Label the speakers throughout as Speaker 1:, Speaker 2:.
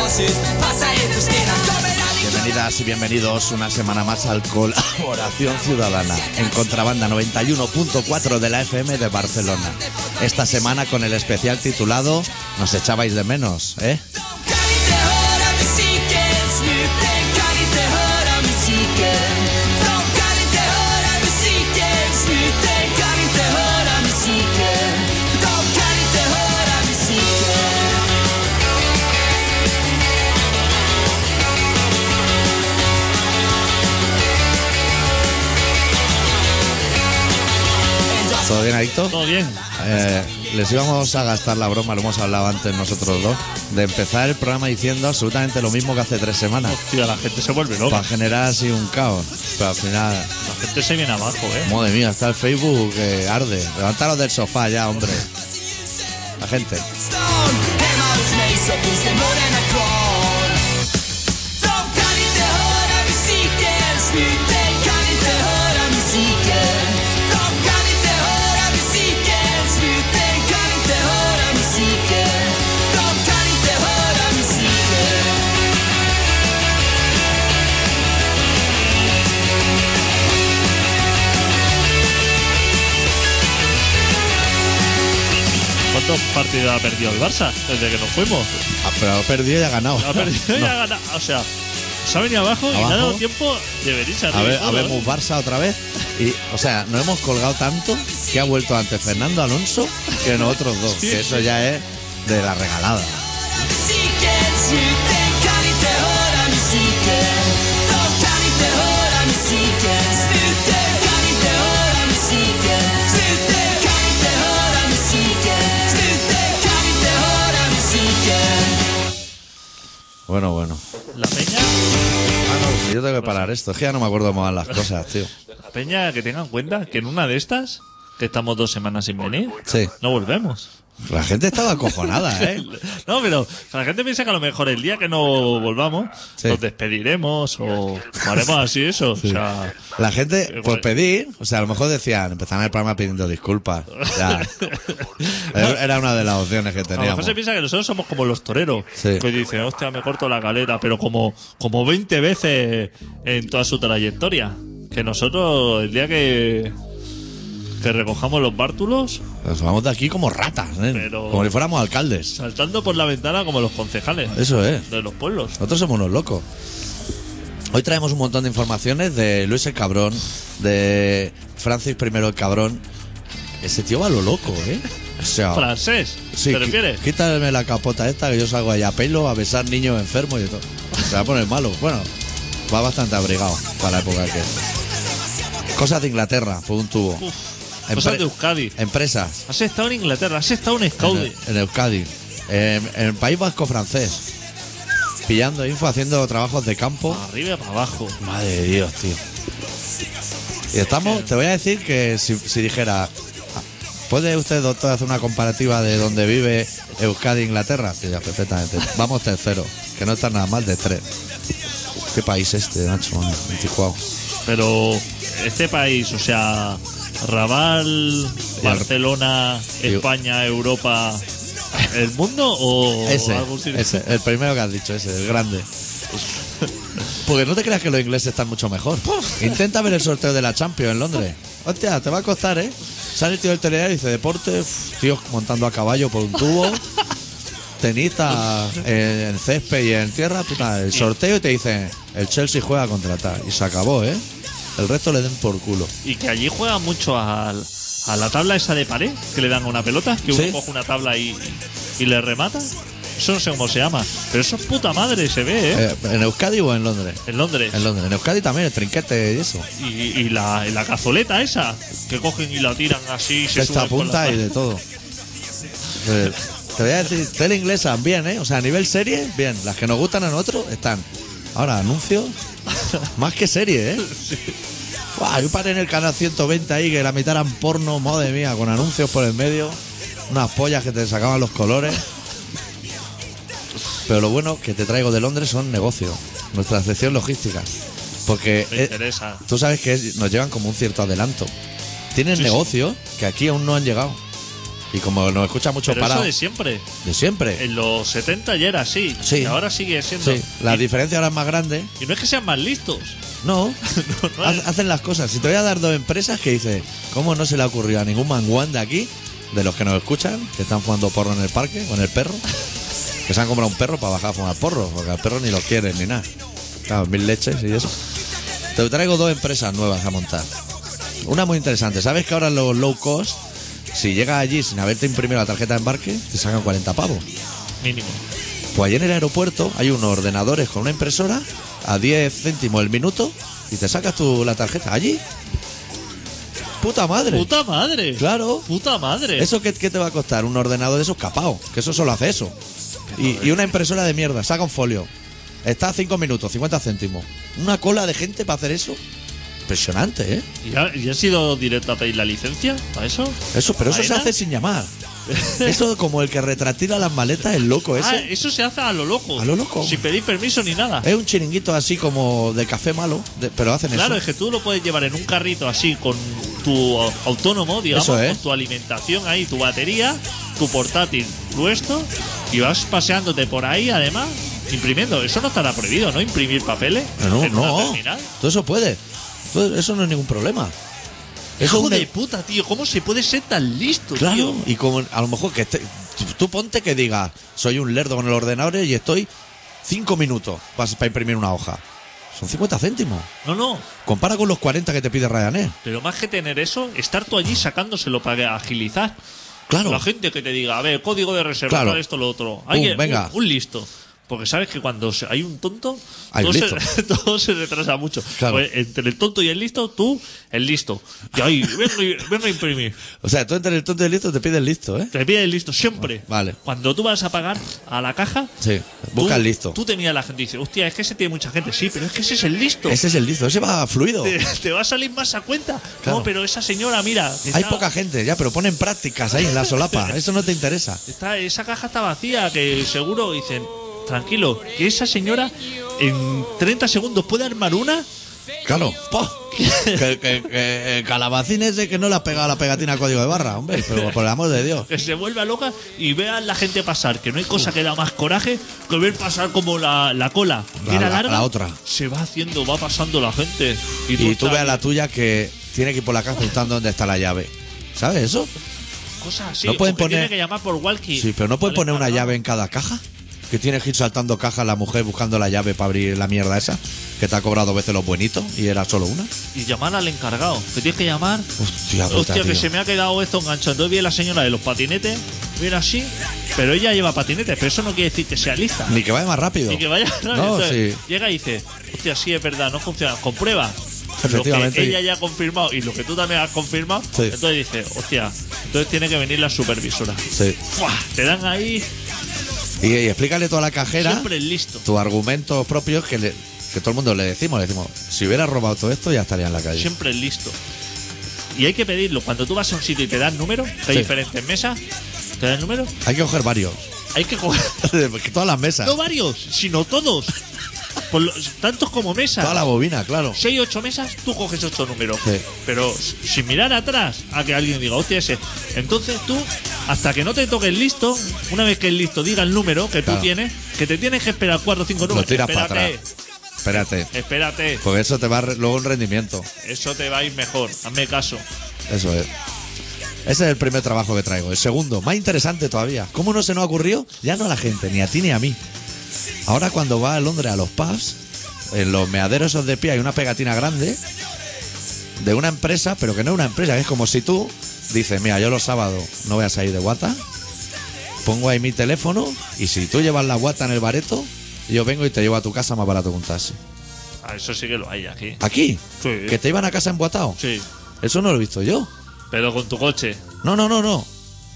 Speaker 1: Music. Pasa en tus tiendas, comerán y
Speaker 2: Bienvenidas y bienvenidos una semana más al Colaboración Ciudadana en Contrabanda 91.4 de la FM de Barcelona. Esta semana con el especial titulado Nos echabais de menos, ¿eh?
Speaker 1: Kan inte höra musiken, snuten kan inte höra musiken. De kan inte höra musiken, snuten kan inte höra musiken. De kan inte höra musiken.
Speaker 2: ¿Todo bien, Adicto?
Speaker 3: Todo bien.
Speaker 2: Eh, les íbamos a gastar la broma, lo hemos hablado antes nosotros dos, de empezar el programa diciendo absolutamente lo mismo que hace tres semanas.
Speaker 3: Hostia, la gente se vuelve loca.
Speaker 2: Para generar así un caos. Pero al final,
Speaker 3: La gente se viene abajo, ¿eh?
Speaker 2: madre mía, está el Facebook que arde. Levantaros del sofá ya, hombre. La gente.
Speaker 1: stan Hemma hos mig så finns det morrarna kvar De kan inte höra musiken Snuten kan inte höra musiken De kan inte höra musiken Snuten kan inte höra musiken De kan inte höra musiken
Speaker 3: ¿Cuántos partidos ha perdido el Barça desde que nos fuimos?
Speaker 2: Ah, pero ha perdido y ha ganado.
Speaker 3: Ha perdido y
Speaker 2: No.
Speaker 3: ha ganado. O sea, se ha venido abajo, y
Speaker 2: Abajo.
Speaker 3: le ha dado tiempo de venirse
Speaker 2: A
Speaker 3: arriba.
Speaker 2: ver,
Speaker 3: y todo,
Speaker 2: a ver,
Speaker 3: ¿eh?
Speaker 2: Mus Barça otra vez. Y, o sea, nos hemos colgado tanto que ha vuelto antes Fernando Alonso que nosotros dos.
Speaker 3: Sí.
Speaker 2: Que eso ya es de la regalada.
Speaker 1: Musiken Snuten kan inte höra musiken De kan inte höra musiken Snuten kan inte höra musiken Snuten kan inte höra musiken Snuten kan inte höra musiken
Speaker 2: Bueno, bueno.
Speaker 3: La peña,
Speaker 2: Ah, no, yo tengo que parar esto. Es que ya no me acuerdo cómo van las cosas, tío.
Speaker 3: la peña que tengan en cuenta que en una de estas, que estamos dos semanas sin venir,
Speaker 2: Sí.
Speaker 3: no volvemos.
Speaker 2: La gente estaba acojonada, ¿eh?
Speaker 3: No, pero la gente piensa que a lo mejor el día que no volvamos,
Speaker 2: Sí.
Speaker 3: nos despediremos o haremos así eso. O sea,
Speaker 2: La gente,
Speaker 3: Igual.
Speaker 2: por pedir, o sea, a lo mejor decían, empezaban el programa pidiendo disculpas. Ya. Eh, Era una de las opciones que
Speaker 3: A lo mejor
Speaker 2: teníamos.
Speaker 3: se piensa que nosotros somos como los toreros.
Speaker 2: Sí.
Speaker 3: Que dicen, hostia, me corto la galera, pero como, como 20 veces en toda su trayectoria. Que nosotros, el día que, que recojamos los bártulos,
Speaker 2: Nos vamos de aquí como ratas, ¿eh?
Speaker 3: Pero-
Speaker 2: Como si fuéramos alcaldes.
Speaker 3: saltando por la ventana como los concejales
Speaker 2: Eso es.
Speaker 3: de los pueblos.
Speaker 2: Nosotros somos unos locos. Hoy traemos un montón de informaciones de Luis el Cabrón, de Francis I el Cabrón. Ese tío va a lo loco, ¿eh? O sea,
Speaker 3: Francés,
Speaker 2: sí,
Speaker 3: ¿te
Speaker 2: qui-
Speaker 3: refieres?
Speaker 2: Quítame la capota esta que yo salgo allá a pelo a besar niños enfermos y todo. Se va a poner malo. Bueno, va bastante abrigado para la época que es. Cosas de Inglaterra, por un tubo.
Speaker 3: Uf,
Speaker 2: Empre-
Speaker 3: cosas de Euskadi.
Speaker 2: Empresas.
Speaker 3: Has estado en Inglaterra, has estado en
Speaker 2: En,
Speaker 3: Euskadi.
Speaker 2: en Euskadi. En, en el País Vasco francés. Pillando info, haciendo trabajos de campo.
Speaker 3: Para arriba y para abajo.
Speaker 2: Madre de Dios, tío. Y estamos, te voy a decir que si, si dijera, "Ah, ¿puede usted, doctor, hacer una comparativa de donde vive Euskadi, e Inglaterra? Sí, ya, perfectamente. Vamos tercero, que no está nada mal de tres. ¿Qué país este, Nacho? Bueno, anticuado.
Speaker 3: Pero este país, o sea, Raval, Barcelona,
Speaker 2: y-
Speaker 3: España, Europa, ¿el mundo o
Speaker 2: Ese,
Speaker 3: algún sitio?
Speaker 2: ese, el primero que has dicho, ese, el grande. Porque no te creas que los ingleses están mucho mejor. Intenta ver el sorteo de la Champions en Londres. Hostia, te va a costar, ¿eh? Sale el tío del telediario y dice deporte, uf, tíos montando a caballo por un tubo, tenista en, en césped y en tierra, puta, el sorteo y te dicen, el Chelsea juega contra tal. Y se acabó, ¿eh? El resto le den por culo.
Speaker 3: Y que allí juega mucho al- a la tabla esa de pared que le dan a una pelota, que
Speaker 2: Sí.
Speaker 3: uno coge una tabla y, y le remata. Eso no sé cómo se llama, pero eso es puta madre, se ve, ¿eh?
Speaker 2: Eh, ¿En Euskadi o en Londres?
Speaker 3: En Londres.
Speaker 2: En Londres. En Euskadi también, el trinquete y eso.
Speaker 3: Y, y la, y la cazoleta esa, que cogen y la tiran así. y se
Speaker 2: Esta
Speaker 3: suben con la
Speaker 2: punta y
Speaker 3: mano.
Speaker 2: de todo. Eh, te voy a decir, tele inglesa, bien, ¿eh? O sea, a nivel serie, bien. Las que nos gustan a nosotros están. Ahora, anuncios, más que serie, ¿eh? Buah, yo paré en el canal 120 ahí que la mitad eran porno, madre mía, con anuncios por el medio, unas pollas que te sacaban los colores. Pero lo bueno que te traigo de Londres son negocios, nuestra sección logística. Porque
Speaker 3: Me
Speaker 2: eh,
Speaker 3: interesa.
Speaker 2: tú sabes que es- nos llevan como un cierto adelanto. Tienen
Speaker 3: Sí, sí.
Speaker 2: negocios que aquí aún no han llegado. Y como nos escucha mucho
Speaker 3: Pero
Speaker 2: parado
Speaker 3: eso de siempre.
Speaker 2: de siempre.
Speaker 3: En los 70 ya era así.
Speaker 2: Sí.
Speaker 3: Y ahora sigue siendo.
Speaker 2: Sí, la
Speaker 3: y,
Speaker 2: diferencia ahora es más grande.
Speaker 3: y no es que sean más listos.
Speaker 2: No,
Speaker 3: no
Speaker 2: haz-
Speaker 3: es-
Speaker 2: hacen las cosas. Si te voy a dar dos empresas que dices, ¿cómo no se le ha ocurrido a ningún manguán de aquí, de los que nos escuchan, que están fumando porro en el parque o en el perro, que se han comprado un perro para bajar a fumar porro, porque al perro ni lo quieren ni nada. Claro, mil leches y eso. Te traigo dos empresas nuevas a montar. Una muy interesante. ¿Sabes que ahora los low cost, si llegas allí sin haberte imprimido la tarjeta de embarque, te sacan 40 pavos?
Speaker 3: Mínimo.
Speaker 2: Pues allí en el aeropuerto hay unos ordenadores con una impresora a 10 céntimos el minuto y te sacas tú la tarjeta allí. Puta madre.
Speaker 3: ¡Puta madre!
Speaker 2: Claro.
Speaker 3: ¡Puta madre!
Speaker 2: ¿Eso qué, qué te va a costar? Un ordenador de esos capao, que eso solo hace eso. Y, y una impresora de mierda, saca un folio. Está a 5 minutos, 50 céntimos. Una cola de gente para hacer eso. Impresionante, ¿eh?
Speaker 3: ¿Y, ha, y has ido directo a pedir la licencia para eso?
Speaker 2: Eso, pero eso se
Speaker 3: ¿Faena?
Speaker 2: hace sin llamar. Eso como el que retratila las maletas, el loco ese.
Speaker 3: Ah, eso se hace a lo loco.
Speaker 2: Pues A lo loco.
Speaker 3: Sin pedir permiso ni nada.
Speaker 2: Es un chiringuito así como de café malo, de- pero hacen
Speaker 3: Claro,
Speaker 2: eso.
Speaker 3: es que tú lo puedes llevar en un carrito así con tu au- autónomo, digamos,
Speaker 2: Eso ¿eh? es.
Speaker 3: con tu alimentación ahí, tu batería, tu portátil, tu esto, y vas paseándote por ahí además, imprimiendo. Eso no estará prohibido, ¿no? Imprimir papeles
Speaker 2: No,
Speaker 3: en una
Speaker 2: no.
Speaker 3: terminal.
Speaker 2: Todo eso puede. Todo- eso no es ningún problema. Es
Speaker 3: Hijo
Speaker 2: un
Speaker 3: de
Speaker 2: de-
Speaker 3: puta, tío, ¿cómo se puede ser tan listo,
Speaker 2: Claro.
Speaker 3: tío?
Speaker 2: Y como a lo mejor que esté, tú, tú ponte que digas, soy un lerdo con el ordenador y estoy cinco minutos para imprimir una hoja. Son 50 céntimos.
Speaker 3: No, no,
Speaker 2: Compara con los 40 que te pide Ryanair.
Speaker 3: pero más que tener eso, estar tú allí sacándoselo para agilizar.
Speaker 2: Claro.
Speaker 3: La gente que te diga, a ver, código de reserva,
Speaker 2: Claro.
Speaker 3: para esto, lo otro.
Speaker 2: Pum,
Speaker 3: Alguien,
Speaker 2: venga.
Speaker 3: Un, un listo. Porque sabes que cuando se- hay un tonto,
Speaker 2: Hay
Speaker 3: todo,
Speaker 2: un
Speaker 3: Se, todo se retrasa mucho.
Speaker 2: Claro.
Speaker 3: Pues entre el tonto y el listo, tú, el listo. Y ahí, vengo, y- vengo a imprimir.
Speaker 2: O sea, tú entre el tonto y el listo te pides listo, ¿eh?
Speaker 3: Te pide el listo, siempre.
Speaker 2: Vale.
Speaker 3: Cuando tú vas a pagar a la caja,
Speaker 2: Sí. Busca
Speaker 3: tú-
Speaker 2: el listo.
Speaker 3: Tú te miras a la gente y dices, hostia, es que ese tiene mucha gente. Sí, pero es que ese es el listo.
Speaker 2: Ese es el listo. Ese va fluido.
Speaker 3: Te, te va a salir más a cuenta.
Speaker 2: Claro.
Speaker 3: No, pero esa señora, mira. que
Speaker 2: Hay
Speaker 3: está-
Speaker 2: poca gente, ya, pero ponen prácticas ahí en la solapa. Eso no te interesa.
Speaker 3: Está, esa caja está vacía, que seguro dicen, tranquilo, que esa señora en 30 segundos puede armar una.
Speaker 2: Claro. que, que- que el calabacín ese que no le ha pegado la pegatina a código de barra, hombre, pero por el amor de Dios.
Speaker 3: Que se vuelva loca y vea a la gente pasar, que no hay cosa que da más coraje que ver pasar como la, la cola, que
Speaker 2: La-
Speaker 3: era
Speaker 2: la-
Speaker 3: larga,
Speaker 2: la otra.
Speaker 3: se va haciendo, va pasando la gente. Y tú,
Speaker 2: Y tú
Speaker 3: estás-
Speaker 2: veas la tuya que tiene que ir por la casa preguntando dónde está la llave. ¿Sabes eso?
Speaker 3: cosas así,
Speaker 2: no pueden
Speaker 3: o que
Speaker 2: poner-
Speaker 3: tiene que llamar por walkie.
Speaker 2: Sí, pero no puedes
Speaker 3: Vale,
Speaker 2: poner una
Speaker 3: perdón.
Speaker 2: llave en cada caja. Que tienes que ir saltando cajas la mujer buscando la llave para abrir la mierda esa. Que te ha cobrado dos veces los buenitos y era solo una.
Speaker 3: Y llamar al encargado, que tienes que llamar.
Speaker 2: Hostia, puta,
Speaker 3: Hostia, que
Speaker 2: tío.
Speaker 3: se me ha quedado esto enganchado. Entonces viene la señora de los patinetes, viene así, pero ella lleva patinetes, pero eso no quiere decir que sea lista.
Speaker 2: Ni que vaya más rápido.
Speaker 3: Y que vaya atrás.
Speaker 2: No,
Speaker 3: Entonces,
Speaker 2: sí.
Speaker 3: Llega y dice, hostia, sí, es verdad, no funciona. Comprueba. Lo que
Speaker 2: Efectivamente.
Speaker 3: ella ya ha confirmado y lo que tú también has confirmado.
Speaker 2: Sí.
Speaker 3: Entonces dice, hostia, entonces tiene que venir la supervisora.
Speaker 2: Sí.
Speaker 3: ¡Fua! Te dan ahí
Speaker 2: Y, y explícale toda la cajera.
Speaker 3: siempre el listo.
Speaker 2: tus argumentos propios que, le- que todo el mundo le decimos. Le decimos, si hubiera robado todo esto ya estaría en la calle.
Speaker 3: Siempre el listo. Y hay que pedirlo. Cuando tú vas a un sitio y te dan números, que hay
Speaker 2: Sí.
Speaker 3: diferentes mesas, te dan números,
Speaker 2: Hay que coger varios.
Speaker 3: hay que coger.
Speaker 2: Porque Todas las mesas.
Speaker 3: No varios, sino todos. Por lo- tantos como mesas.
Speaker 2: Toda la bobina, claro.
Speaker 3: Si hay ocho mesas, tú coges ocho números.
Speaker 2: Sí.
Speaker 3: Pero s- sin mirar atrás a que alguien diga, hostia, ese. Entonces tú, hasta que no te toque el listo, una vez que el listo diga el número que
Speaker 2: Claro.
Speaker 3: tú tienes, que te tienes que esperar cuatro o cinco
Speaker 2: Lo
Speaker 3: números.
Speaker 2: tiras para
Speaker 3: espérate,
Speaker 2: atrás. Espérate.
Speaker 3: espérate,
Speaker 2: Porque eso te va a re- luego un rendimiento.
Speaker 3: eso te va a ir mejor, hazme caso.
Speaker 2: Eso es. Ese es el primer trabajo que traigo. El segundo, más interesante todavía. ¿Cómo no se nos ocurrió? Ya no a la gente, ni a ti ni a mí. Ahora cuando va a Londres a los pubs, en los meaderos esos de pie hay una pegatina grande de una empresa, pero que no es una empresa, que es como si tú dices, mira, yo los sábados no voy a salir de guata, pongo ahí mi teléfono y si tú llevas la guata en el bareto, yo vengo y te llevo a tu casa más barato que un taxi.
Speaker 3: Ah, eso sí que lo hay aquí.
Speaker 2: ¿Aquí?
Speaker 3: Sí.
Speaker 2: ¿Que te iban a casa embuatado?
Speaker 3: Sí,
Speaker 2: Eso no lo he visto yo.
Speaker 3: pero con tu coche.
Speaker 2: No, no, no, no.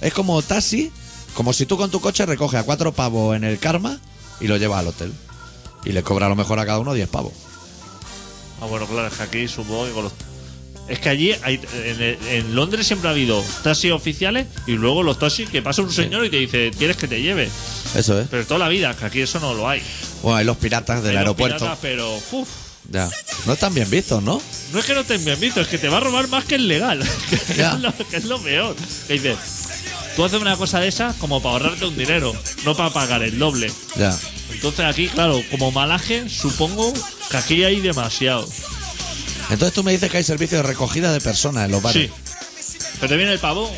Speaker 2: Es como taxi, como si tú con tu coche recoges a cuatro pavos en el Karma y lo llevas al hotel. Y le cobra a lo mejor a cada uno 10 pavos.
Speaker 3: Ah, bueno, claro, es que aquí supongo que con los... Es que allí, hay, en, en Londres siempre ha habido taxis oficiales y luego los taxis que pasa un señor y te dice, ¿quieres que te lleve?
Speaker 2: Eso es.
Speaker 3: Pero toda la vida, que aquí eso no lo hay.
Speaker 2: Bueno, hay los piratas del
Speaker 3: Hay los
Speaker 2: aeropuerto.
Speaker 3: piratas, pero, uf,
Speaker 2: Ya. No están bien vistos, ¿no?
Speaker 3: no es que no te envíen visto, es que te va a robar más que el legal. que,
Speaker 2: Ya.
Speaker 3: es lo, que es lo peor. Que dices, Tú haces una cosa de esas como para ahorrarte un dinero, no para pagar el doble.
Speaker 2: Ya.
Speaker 3: Entonces aquí, claro, como malaje, supongo que aquí hay demasiado.
Speaker 2: Entonces tú me dices que hay servicio de recogida de personas en los bares.
Speaker 3: Sí. Pero te viene el pavo,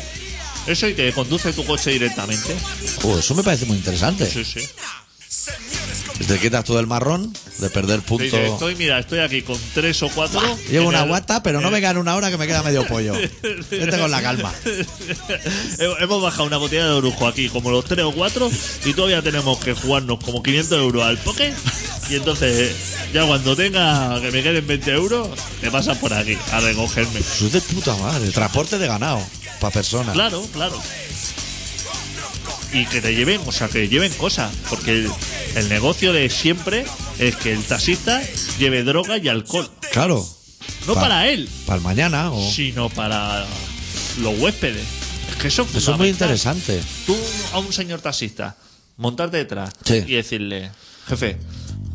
Speaker 3: eso y te conduce tu coche directamente.
Speaker 2: Uh, eso me parece muy interesante.
Speaker 3: Sí, sí.
Speaker 2: Te quitas tú el marrón de perder
Speaker 3: Te
Speaker 2: puntos.
Speaker 3: dice, estoy, mira, estoy aquí con tres o cuatro.
Speaker 2: Llevo
Speaker 3: Y
Speaker 2: una
Speaker 3: me-
Speaker 2: guata, pero
Speaker 3: eh.
Speaker 2: no me gano una hora que me queda medio pollo. Vete con la calma.
Speaker 3: He- Hemos bajado una botella de orujo aquí, como los tres o cuatro, y todavía tenemos que jugarnos como 500 euros al poke. Y entonces, eh, ya cuando tenga que me queden 20 euros, te pasas por aquí a recogerme.
Speaker 2: Eso es de puta madre. El transporte de ganado para personas.
Speaker 3: Claro, claro. Y que te lleven, o sea, que lleven cosas. Porque el, el negocio de siempre es que el taxista lleve droga y alcohol.
Speaker 2: Claro.
Speaker 3: No
Speaker 2: Pa-
Speaker 3: para él,
Speaker 2: Para el mañana. O...
Speaker 3: sino para los huéspedes. Es que
Speaker 2: Eso
Speaker 3: eso,
Speaker 2: es muy
Speaker 3: fundamental.
Speaker 2: interesante.
Speaker 3: Tú a un señor taxista, montarte detrás
Speaker 2: Sí.
Speaker 3: y decirle, jefe,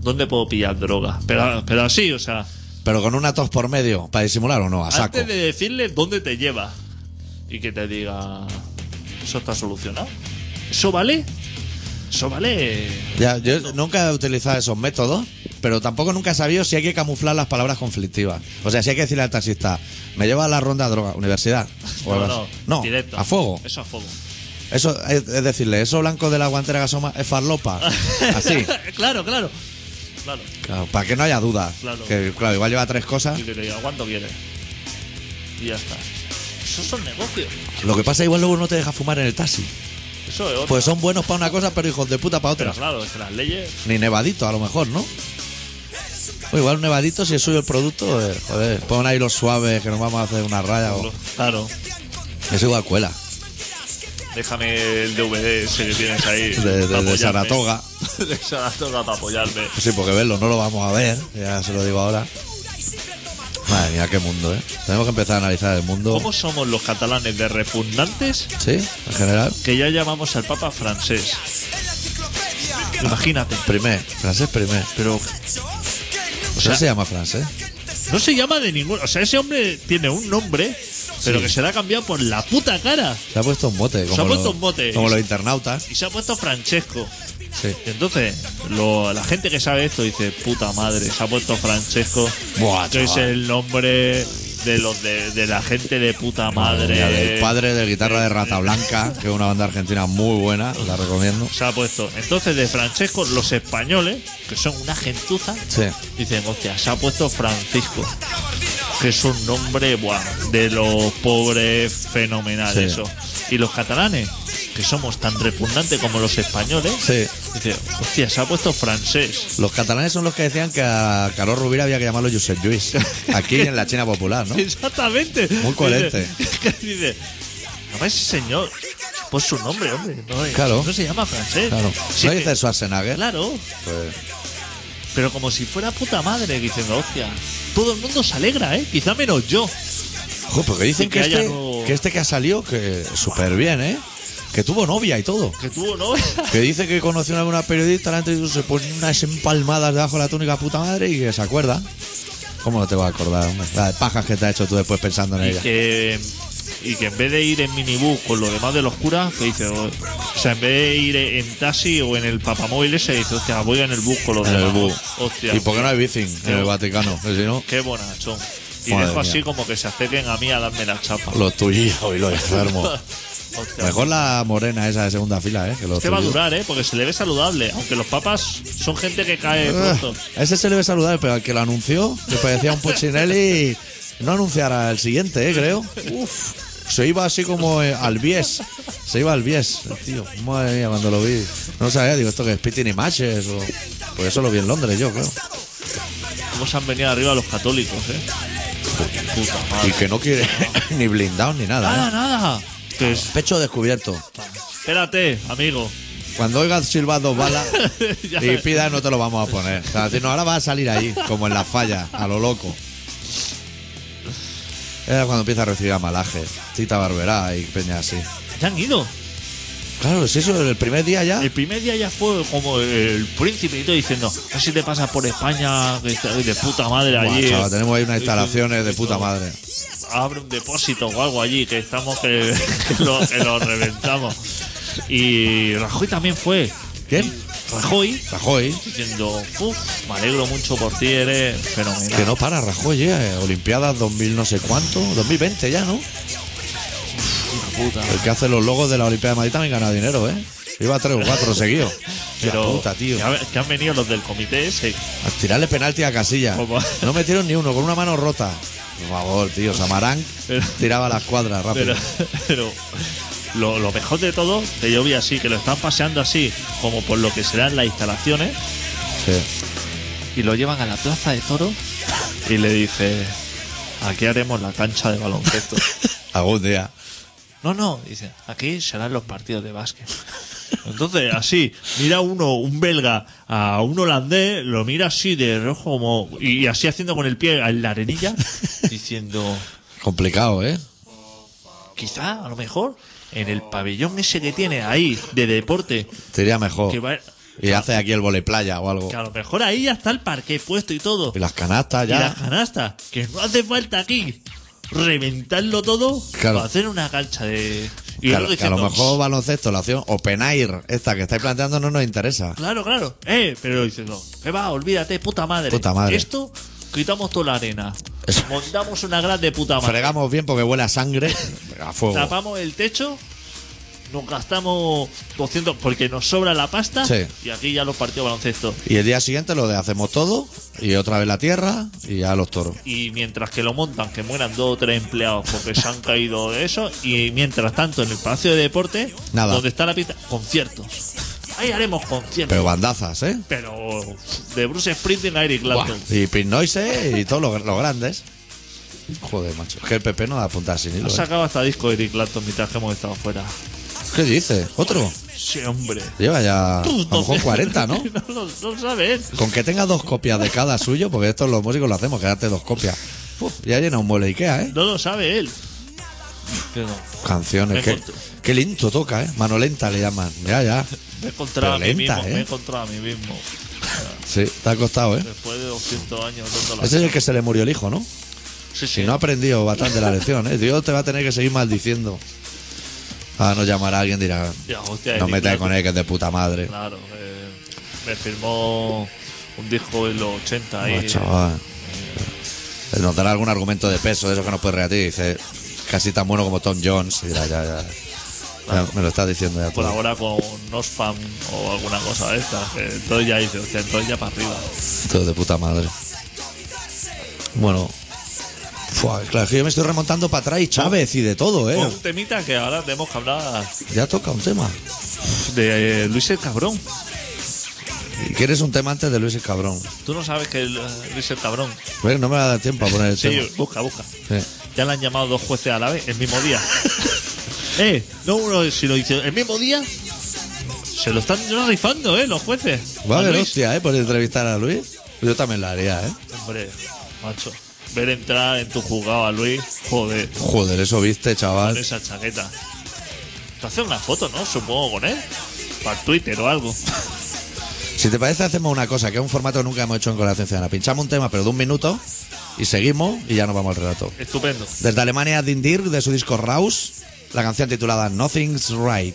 Speaker 3: ¿dónde puedo pillar droga? Pero, pero así, o sea,
Speaker 2: Pero con una tos por medio, para disimular o no, a saco.
Speaker 3: antes de decirle dónde te lleva y que te diga, eso está solucionado. ¿Eso vale? ¿Eso vale?
Speaker 2: Ya, yo nunca he utilizado esos métodos, pero tampoco nunca he sabido si hay que camuflar las palabras conflictivas. O sea, si hay que decirle al taxista, me lleva a la ronda droga, universidad. o algo
Speaker 3: No,
Speaker 2: así.
Speaker 3: no,
Speaker 2: No,
Speaker 3: directo.
Speaker 2: a fuego.
Speaker 3: Eso a fuego.
Speaker 2: Eso es, es decirle, eso blanco de la guantera que asoma es farlopa. Así.
Speaker 3: claro, claro. Claro.
Speaker 2: Claro, para que no haya duda.
Speaker 3: Claro.
Speaker 2: Que claro, igual lleva tres cosas.
Speaker 3: Y que te diga, ¿cuánto quieres? Y ya está. Eso son negocios.
Speaker 2: Lo que pasa igual luego no te deja fumar en el taxi.
Speaker 3: Eso es otra.
Speaker 2: Pues son buenos para una cosa, pero hijos de puta para
Speaker 3: Pero
Speaker 2: otra.
Speaker 3: claro, es que las leyes
Speaker 2: Ni nevadito, a lo mejor, ¿no? O igual un nevadito, si es suyo el producto, eh, joder, pon ahí los suaves que nos vamos a hacer una raya. O...
Speaker 3: Claro,
Speaker 2: Es igual cuela.
Speaker 3: déjame el DVD ese que tienes ahí.
Speaker 2: De- de- de
Speaker 3: para apoyarme.
Speaker 2: Saratoga.
Speaker 3: de Saratoga para apoyarme.
Speaker 2: Pues sí, porque verlo no lo vamos a ver, ya se lo digo ahora. Madre mía, qué mundo, ¿eh? Tenemos que empezar a analizar el mundo.
Speaker 3: ¿Cómo somos los catalanes de repugnantes
Speaker 2: Sí, en general.
Speaker 3: que ya llamamos al Papa francés? Imagínate.
Speaker 2: Primer, francés primer.
Speaker 3: Pero
Speaker 2: O
Speaker 3: sea-
Speaker 2: sea, se llama francés.
Speaker 3: no se llama de ningún. O sea, ese hombre tiene un nombre, pero que se le ha cambiado por la puta cara.
Speaker 2: Se ha puesto un bote. Como
Speaker 3: ha puesto
Speaker 2: los-
Speaker 3: un bote.
Speaker 2: Como los internautas.
Speaker 3: Y se ha puesto Francesco.
Speaker 2: Sí.
Speaker 3: Y entonces, lo- la gente que sabe esto dice, puta madre, se ha puesto Francesco,
Speaker 2: Buah,
Speaker 3: que es
Speaker 2: chaval.
Speaker 3: el nombre de los de, de la gente de puta madre.
Speaker 2: Mía, del padre de guitarra de Rata Blanca, que es una banda argentina muy buena, la recomiendo.
Speaker 3: Se ha puesto. Entonces, de Francesco, los españoles, que son una gentuza,
Speaker 2: Sí.
Speaker 3: dicen, hostia, se ha puesto Francisco, que es un nombre buah, de los pobres fenomenal
Speaker 2: Sí.
Speaker 3: eso. Y los catalanes, que somos tan repugnantes como los españoles,
Speaker 2: Sí.
Speaker 3: dicen, hostia, se ha puesto francés.
Speaker 2: Los catalanes son los que decían que a Carlos Rubira había que llamarlo Josep Lluís. Aquí en la China popular, ¿no?
Speaker 3: Exactamente.
Speaker 2: Muy coherente.
Speaker 3: Dice, dice, no ese señor, pues su nombre, hombre. No, es-
Speaker 2: Claro.
Speaker 3: no se llama francés.
Speaker 2: Claro.
Speaker 3: Sí
Speaker 2: ¿No ¿eh?
Speaker 3: que-
Speaker 2: dice Schwarzenegger?
Speaker 3: Claro,
Speaker 2: Pues,
Speaker 3: pero como si fuera puta madre, diciendo, hostia, todo el mundo se alegra, ¿eh? Quizá menos yo.
Speaker 2: jo, porque dicen
Speaker 3: Y
Speaker 2: que,
Speaker 3: que haya
Speaker 2: este,
Speaker 3: nuevo-
Speaker 2: que este que ha salido, que súper bien, ¿eh? Que tuvo novia y todo.
Speaker 3: Que tuvo no
Speaker 2: Que dice que conoció a una periodista, la entrevistó, se pone pues, unas empalmadas debajo de la túnica puta madre y que se acuerda. ¿Cómo no te vas a acordar, hombre? Las pajas que te has hecho tú después pensando en
Speaker 3: y
Speaker 2: ella.
Speaker 3: que... Y que en vez de ir en minibús con lo demás de los curas, que dice, o o sea, en vez de ir en taxi o en el papamóvil ese, dice, hostia, voy en el bus con los
Speaker 2: En el
Speaker 3: demás.
Speaker 2: bus.
Speaker 3: Hostia.
Speaker 2: ¿Y por qué no hay bici en el
Speaker 3: Pero-
Speaker 2: Vaticano? Que Si no,
Speaker 3: Qué bonachón. Y
Speaker 2: Madre
Speaker 3: dejo así
Speaker 2: mía.
Speaker 3: como que se acerquen a mí a darme la chapa.
Speaker 2: los tuyos y los enfermos.
Speaker 3: Hostia.
Speaker 2: Mejor la morena esa de segunda fila, ¿eh? Que los
Speaker 3: Este va a
Speaker 2: tuyos.
Speaker 3: durar, ¿eh? Porque se le ve saludable. Aunque los papas son gente que cae pronto.
Speaker 2: Ah, ese se le ve saludable, pero al que lo anunció, que parecía un Puccinelli, no anunciará el siguiente, ¿eh? Creo. Uf, se iba así como eh, al bies. Se iba al bies, el tío. Madre mía, cuando lo vi. No sabía, digo, esto que es Pitting y Matches. O... Pues eso lo vi en Londres yo, creo.
Speaker 3: Cómo se han venido arriba los católicos, ¿eh? Puta madre.
Speaker 2: Y que no quiere ni blindado ni nada. ¿eh?
Speaker 3: Nada, nada. Que es-
Speaker 2: Pecho descubierto.
Speaker 3: Espérate, amigo.
Speaker 2: Cuando oigas silbar dos balas
Speaker 3: Ya.
Speaker 2: y pidas, no te lo vamos a poner. O sea, decir, no, ahora vas a salir ahí, como en la falla, a lo loco. Era cuando empieza a recibir a Malaje, Tita Barberá y Peña así.
Speaker 3: Ya han ido.
Speaker 2: Claro, si eso el primer día ya.
Speaker 3: El primer día ya fue como el príncipe y todo diciendo, a ver si te pasas por España, que está de puta madre
Speaker 2: Buah,
Speaker 3: allí.
Speaker 2: chaval, tenemos ahí unas instalaciones de puta madre.
Speaker 3: abre un depósito o algo allí, que estamos que, que lo, que lo reventamos. Y Rajoy también fue.
Speaker 2: ¿Quién?
Speaker 3: Rajoy,
Speaker 2: Rajoy.
Speaker 3: diciendo, "Uf, me alegro mucho por ti, eres fenomenal.
Speaker 2: Que no para Rajoy, eh. Olimpiadas 2000 no sé cuánto, 2020 ya, ¿no?
Speaker 3: puta.
Speaker 2: El que hace los logos de la Olimpiada de Madrid también gana dinero, ¿eh? Iba a tres o cuatro seguidos.
Speaker 3: Pero
Speaker 2: La puta, tío.
Speaker 3: Que, ha- que han venido los del comité ese.
Speaker 2: A tirarle penalti a Casilla.
Speaker 3: Como-
Speaker 2: No metieron ni uno, con una mano rota. Por favor, tío. Samarán
Speaker 3: Pero-
Speaker 2: tiraba las cuadras rápido.
Speaker 3: Pero, pero lo, lo mejor de todo, que yo vi así, que lo están paseando así, como por lo que serán las instalaciones,
Speaker 2: Sí.
Speaker 3: y lo llevan a la plaza de toros y le dice, aquí haremos la cancha de baloncesto.
Speaker 2: Algún día.
Speaker 3: No, no, dice, aquí serán los partidos de básquet. Entonces, así, mira uno, un belga, a un holandés, lo mira así de rojo como, y así haciendo con el pie en la arenilla, diciendo,
Speaker 2: Complicado, ¿eh?
Speaker 3: quizá, a lo mejor, en el pabellón ese que tiene ahí, de deporte,
Speaker 2: Sería mejor.
Speaker 3: que va,
Speaker 2: Y hace aquí el vole playa o algo.
Speaker 3: que a lo mejor ahí ya está el parque puesto y todo,
Speaker 2: Y las canastas
Speaker 3: y
Speaker 2: ya.
Speaker 3: las canastas, que no hace falta aquí reventarlo todo
Speaker 2: Claro.
Speaker 3: para hacer una cancha de... Y
Speaker 2: Que a, que
Speaker 3: uno
Speaker 2: a lo
Speaker 3: diciendo,
Speaker 2: mejor baloncesto, la opción open air, esta que estáis planteando, no nos interesa.
Speaker 3: Claro, claro. Eh, pero dices, no. Que va, olvídate, puta madre.
Speaker 2: Puta madre.
Speaker 3: Esto, quitamos toda la arena.
Speaker 2: Eso.
Speaker 3: Montamos una grande puta madre.
Speaker 2: Fregamos bien porque huele a sangre, a fuego.
Speaker 3: Tapamos el techo. Nos gastamos 200 porque nos sobra la pasta.
Speaker 2: Sí.
Speaker 3: Y aquí ya los partidos de baloncesto.
Speaker 2: Y el día siguiente lo de hacemos todo, y otra vez la tierra, y ya los toros.
Speaker 3: Y mientras que lo montan, que mueran dos o tres empleados porque se han caído de eso. Y mientras tanto, en el Palacio de Deportes,
Speaker 2: Nada.
Speaker 3: donde está la pista, conciertos. Ahí haremos conciertos.
Speaker 2: Pero bandazas, ¿eh?
Speaker 3: Pero de Bruce Springsteen a Eric Clapton.
Speaker 2: Buah. Y Pin Noise eh, y todos los, los grandes. Joder, macho. Es que el PP no da punta sin hilo.
Speaker 3: Ha
Speaker 2: ¿eh?
Speaker 3: sacado hasta disco de Eric Clapton mientras que hemos estado fuera.
Speaker 2: ¿Qué dice? ¿Otro?
Speaker 3: Sí, hombre.
Speaker 2: Lleva ya a lo mejor 40, ¿no?
Speaker 3: no lo no lo sabes.
Speaker 2: Con que tenga dos copias de cada suyo, porque esto los músicos lo hacemos, quedarte dos copias. Uf, ya llena un mueble Ikea, ¿eh?
Speaker 3: No lo sabe él. Que no.
Speaker 2: Canciones.
Speaker 3: Me
Speaker 2: Qué,
Speaker 3: corto.
Speaker 2: qué lindo toca, ¿eh? Mano lenta le llaman. Ya, ya.
Speaker 3: Me he encontrado
Speaker 2: Pero
Speaker 3: a mí
Speaker 2: lenta,
Speaker 3: mismo.
Speaker 2: ¿eh?
Speaker 3: Me he encontrado a mí mismo.
Speaker 2: Sí, te ha costado, ¿eh?
Speaker 3: Después de 200 años dando la.
Speaker 2: Ese es el que se le murió el hijo, ¿no?
Speaker 3: Sí, sí.
Speaker 2: Si no ha aprendido bastante la lección, ¿eh? Dios te va a tener que seguir maldiciendo. Ah, nos llamará alguien y dirá,
Speaker 3: Ya, hostia,
Speaker 2: no
Speaker 3: Eric
Speaker 2: metas
Speaker 3: Clapton.
Speaker 2: con él que es de puta madre.
Speaker 3: Claro. eh, me firmó un disco en los 80 ahí.
Speaker 2: Buah, Pues, chaval. Nos dará algún argumento de peso de eso que nos puede reatir. Dice, casi tan bueno como Tom Jones. Y dirá, ya, ya. Ya, me lo estás diciendo ya. todo.
Speaker 3: Colabora con Oxfam o alguna cosa de estas. que Entonces ya dice, hostia, entonces ya para arriba.
Speaker 2: Todo de puta madre. Bueno. Fua, claro, es que yo me estoy remontando para atrás y Chávez y de todo, ¿eh?
Speaker 3: Un temita que ahora tenemos que hablar
Speaker 2: Ya toca un tema.
Speaker 3: de eh, Luis el Cabrón.
Speaker 2: ¿Quieres un tema antes de Luis el Cabrón?
Speaker 3: Tú no sabes que el, eh, Luis el Cabrón.
Speaker 2: Ve, No me va a dar tiempo a poner el tema.
Speaker 3: Sí, busca, busca.
Speaker 2: Sí.
Speaker 3: Ya le han llamado dos jueces a la vez, el mismo día. eh, no uno si lo dice el mismo día. Se lo están rifando, eh, los jueces.
Speaker 2: Va a haber
Speaker 3: Luis.
Speaker 2: hostia, ¿eh? Por entrevistar a Luis. Yo también la haría, ¿eh?
Speaker 3: Hombre, macho. Ver entrar en tu juzgado a Luis, joder,
Speaker 2: Joder, eso viste,
Speaker 3: con
Speaker 2: chaval.
Speaker 3: esa chaqueta. Te haces una foto, ¿no? Supongo con él. Para Twitter o algo.
Speaker 2: Si te parece, hacemos una cosa, que es un formato que nunca hemos hecho en Colación Ciudadana. Pinchamos un tema, pero de un minuto, y seguimos, y ya nos vamos al relato.
Speaker 3: Estupendo.
Speaker 2: Desde Alemania, Dindir, de su disco Raus, la canción titulada Nothing's Right.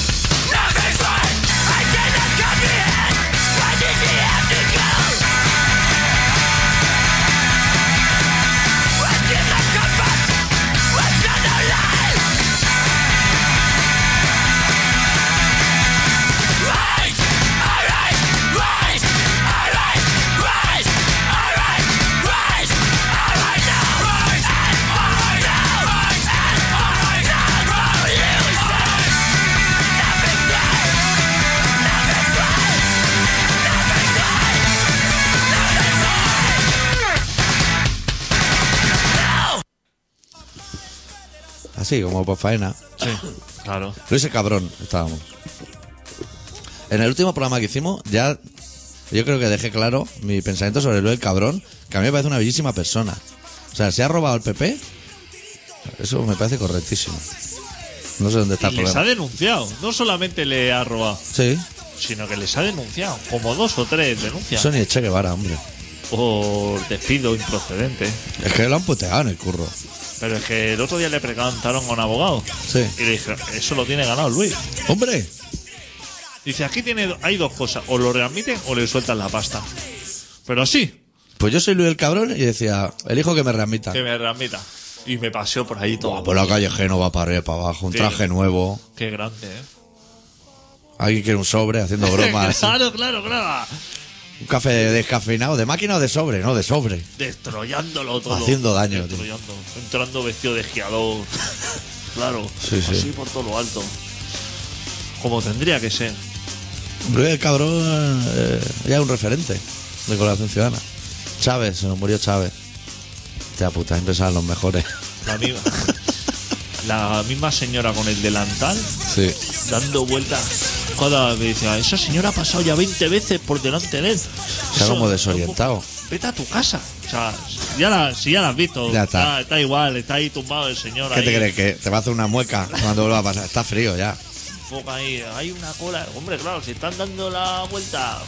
Speaker 2: Así como por faena.
Speaker 3: Sí, claro.
Speaker 2: Luis el cabrón, estábamos. En el último programa que hicimos, ya yo creo que dejé claro mi pensamiento sobre Luis el cabrón, que a mí me parece una bellísima persona. O sea, se ha robado al PP, eso me parece correctísimo. No sé dónde está el
Speaker 3: Y les ha
Speaker 2: problema.
Speaker 3: denunciado. No solamente le ha robado,
Speaker 2: Sí,
Speaker 3: sino que les ha denunciado. Como dos o tres denuncias.
Speaker 2: Sony Che Guevara, hombre.
Speaker 3: Por despido improcedente.
Speaker 2: Es que lo han puteado en el curro.
Speaker 3: Pero es que el otro día le preguntaron a un abogado.
Speaker 2: Sí.
Speaker 3: Y le dijeron, eso lo tiene ganado Luis.
Speaker 2: ¡Hombre!
Speaker 3: Dice, aquí tiene, hay dos cosas. O lo readmiten o le sueltan la pasta. Pero así,
Speaker 2: Pues yo soy Luis el cabrón y decía, elijo que me readmita.
Speaker 3: que me readmita. Y me paseó por ahí todo.
Speaker 2: Por la calle Génova, para arriba, para abajo, un
Speaker 3: Sí.
Speaker 2: traje nuevo.
Speaker 3: Qué grande, ¿eh?
Speaker 2: Alguien quiere un sobre haciendo bromas.
Speaker 3: claro, claro, claro.
Speaker 2: un café descafeinado, de máquina o de sobre, no, de sobre.
Speaker 3: Destrollándolo todo.
Speaker 2: Haciendo daño, tío.
Speaker 3: Destrollando. Entrando vestido de esquiador. claro.
Speaker 2: Sí, sí.
Speaker 3: así por todo lo alto. Como tendría que ser.
Speaker 2: Luis el cabrón eh, ya es un referente de colaboración ciudadana. Chávez, se nos murió Chávez. Te puta, siempre salen los mejores.
Speaker 3: La misma, la misma señora con el delantal
Speaker 2: Sí.
Speaker 3: dando vueltas. Cada vez dice, "Ah, esa señora ha pasado ya 20 veces por delante de él.
Speaker 2: sea,
Speaker 3: Eso,
Speaker 2: como desorientado.
Speaker 3: Vete a tu casa. O sea, ya la, si ya la has visto,
Speaker 2: Ya está.
Speaker 3: igual, está ahí tumbado el señor.
Speaker 2: ¿Qué te
Speaker 3: ahí,
Speaker 2: crees? ¿Que te va a hacer una mueca cuando vuelva a pasar? Está frío ya.
Speaker 3: enfoca ahí, Hay una cola. Hombre, claro, si están dando la vuelta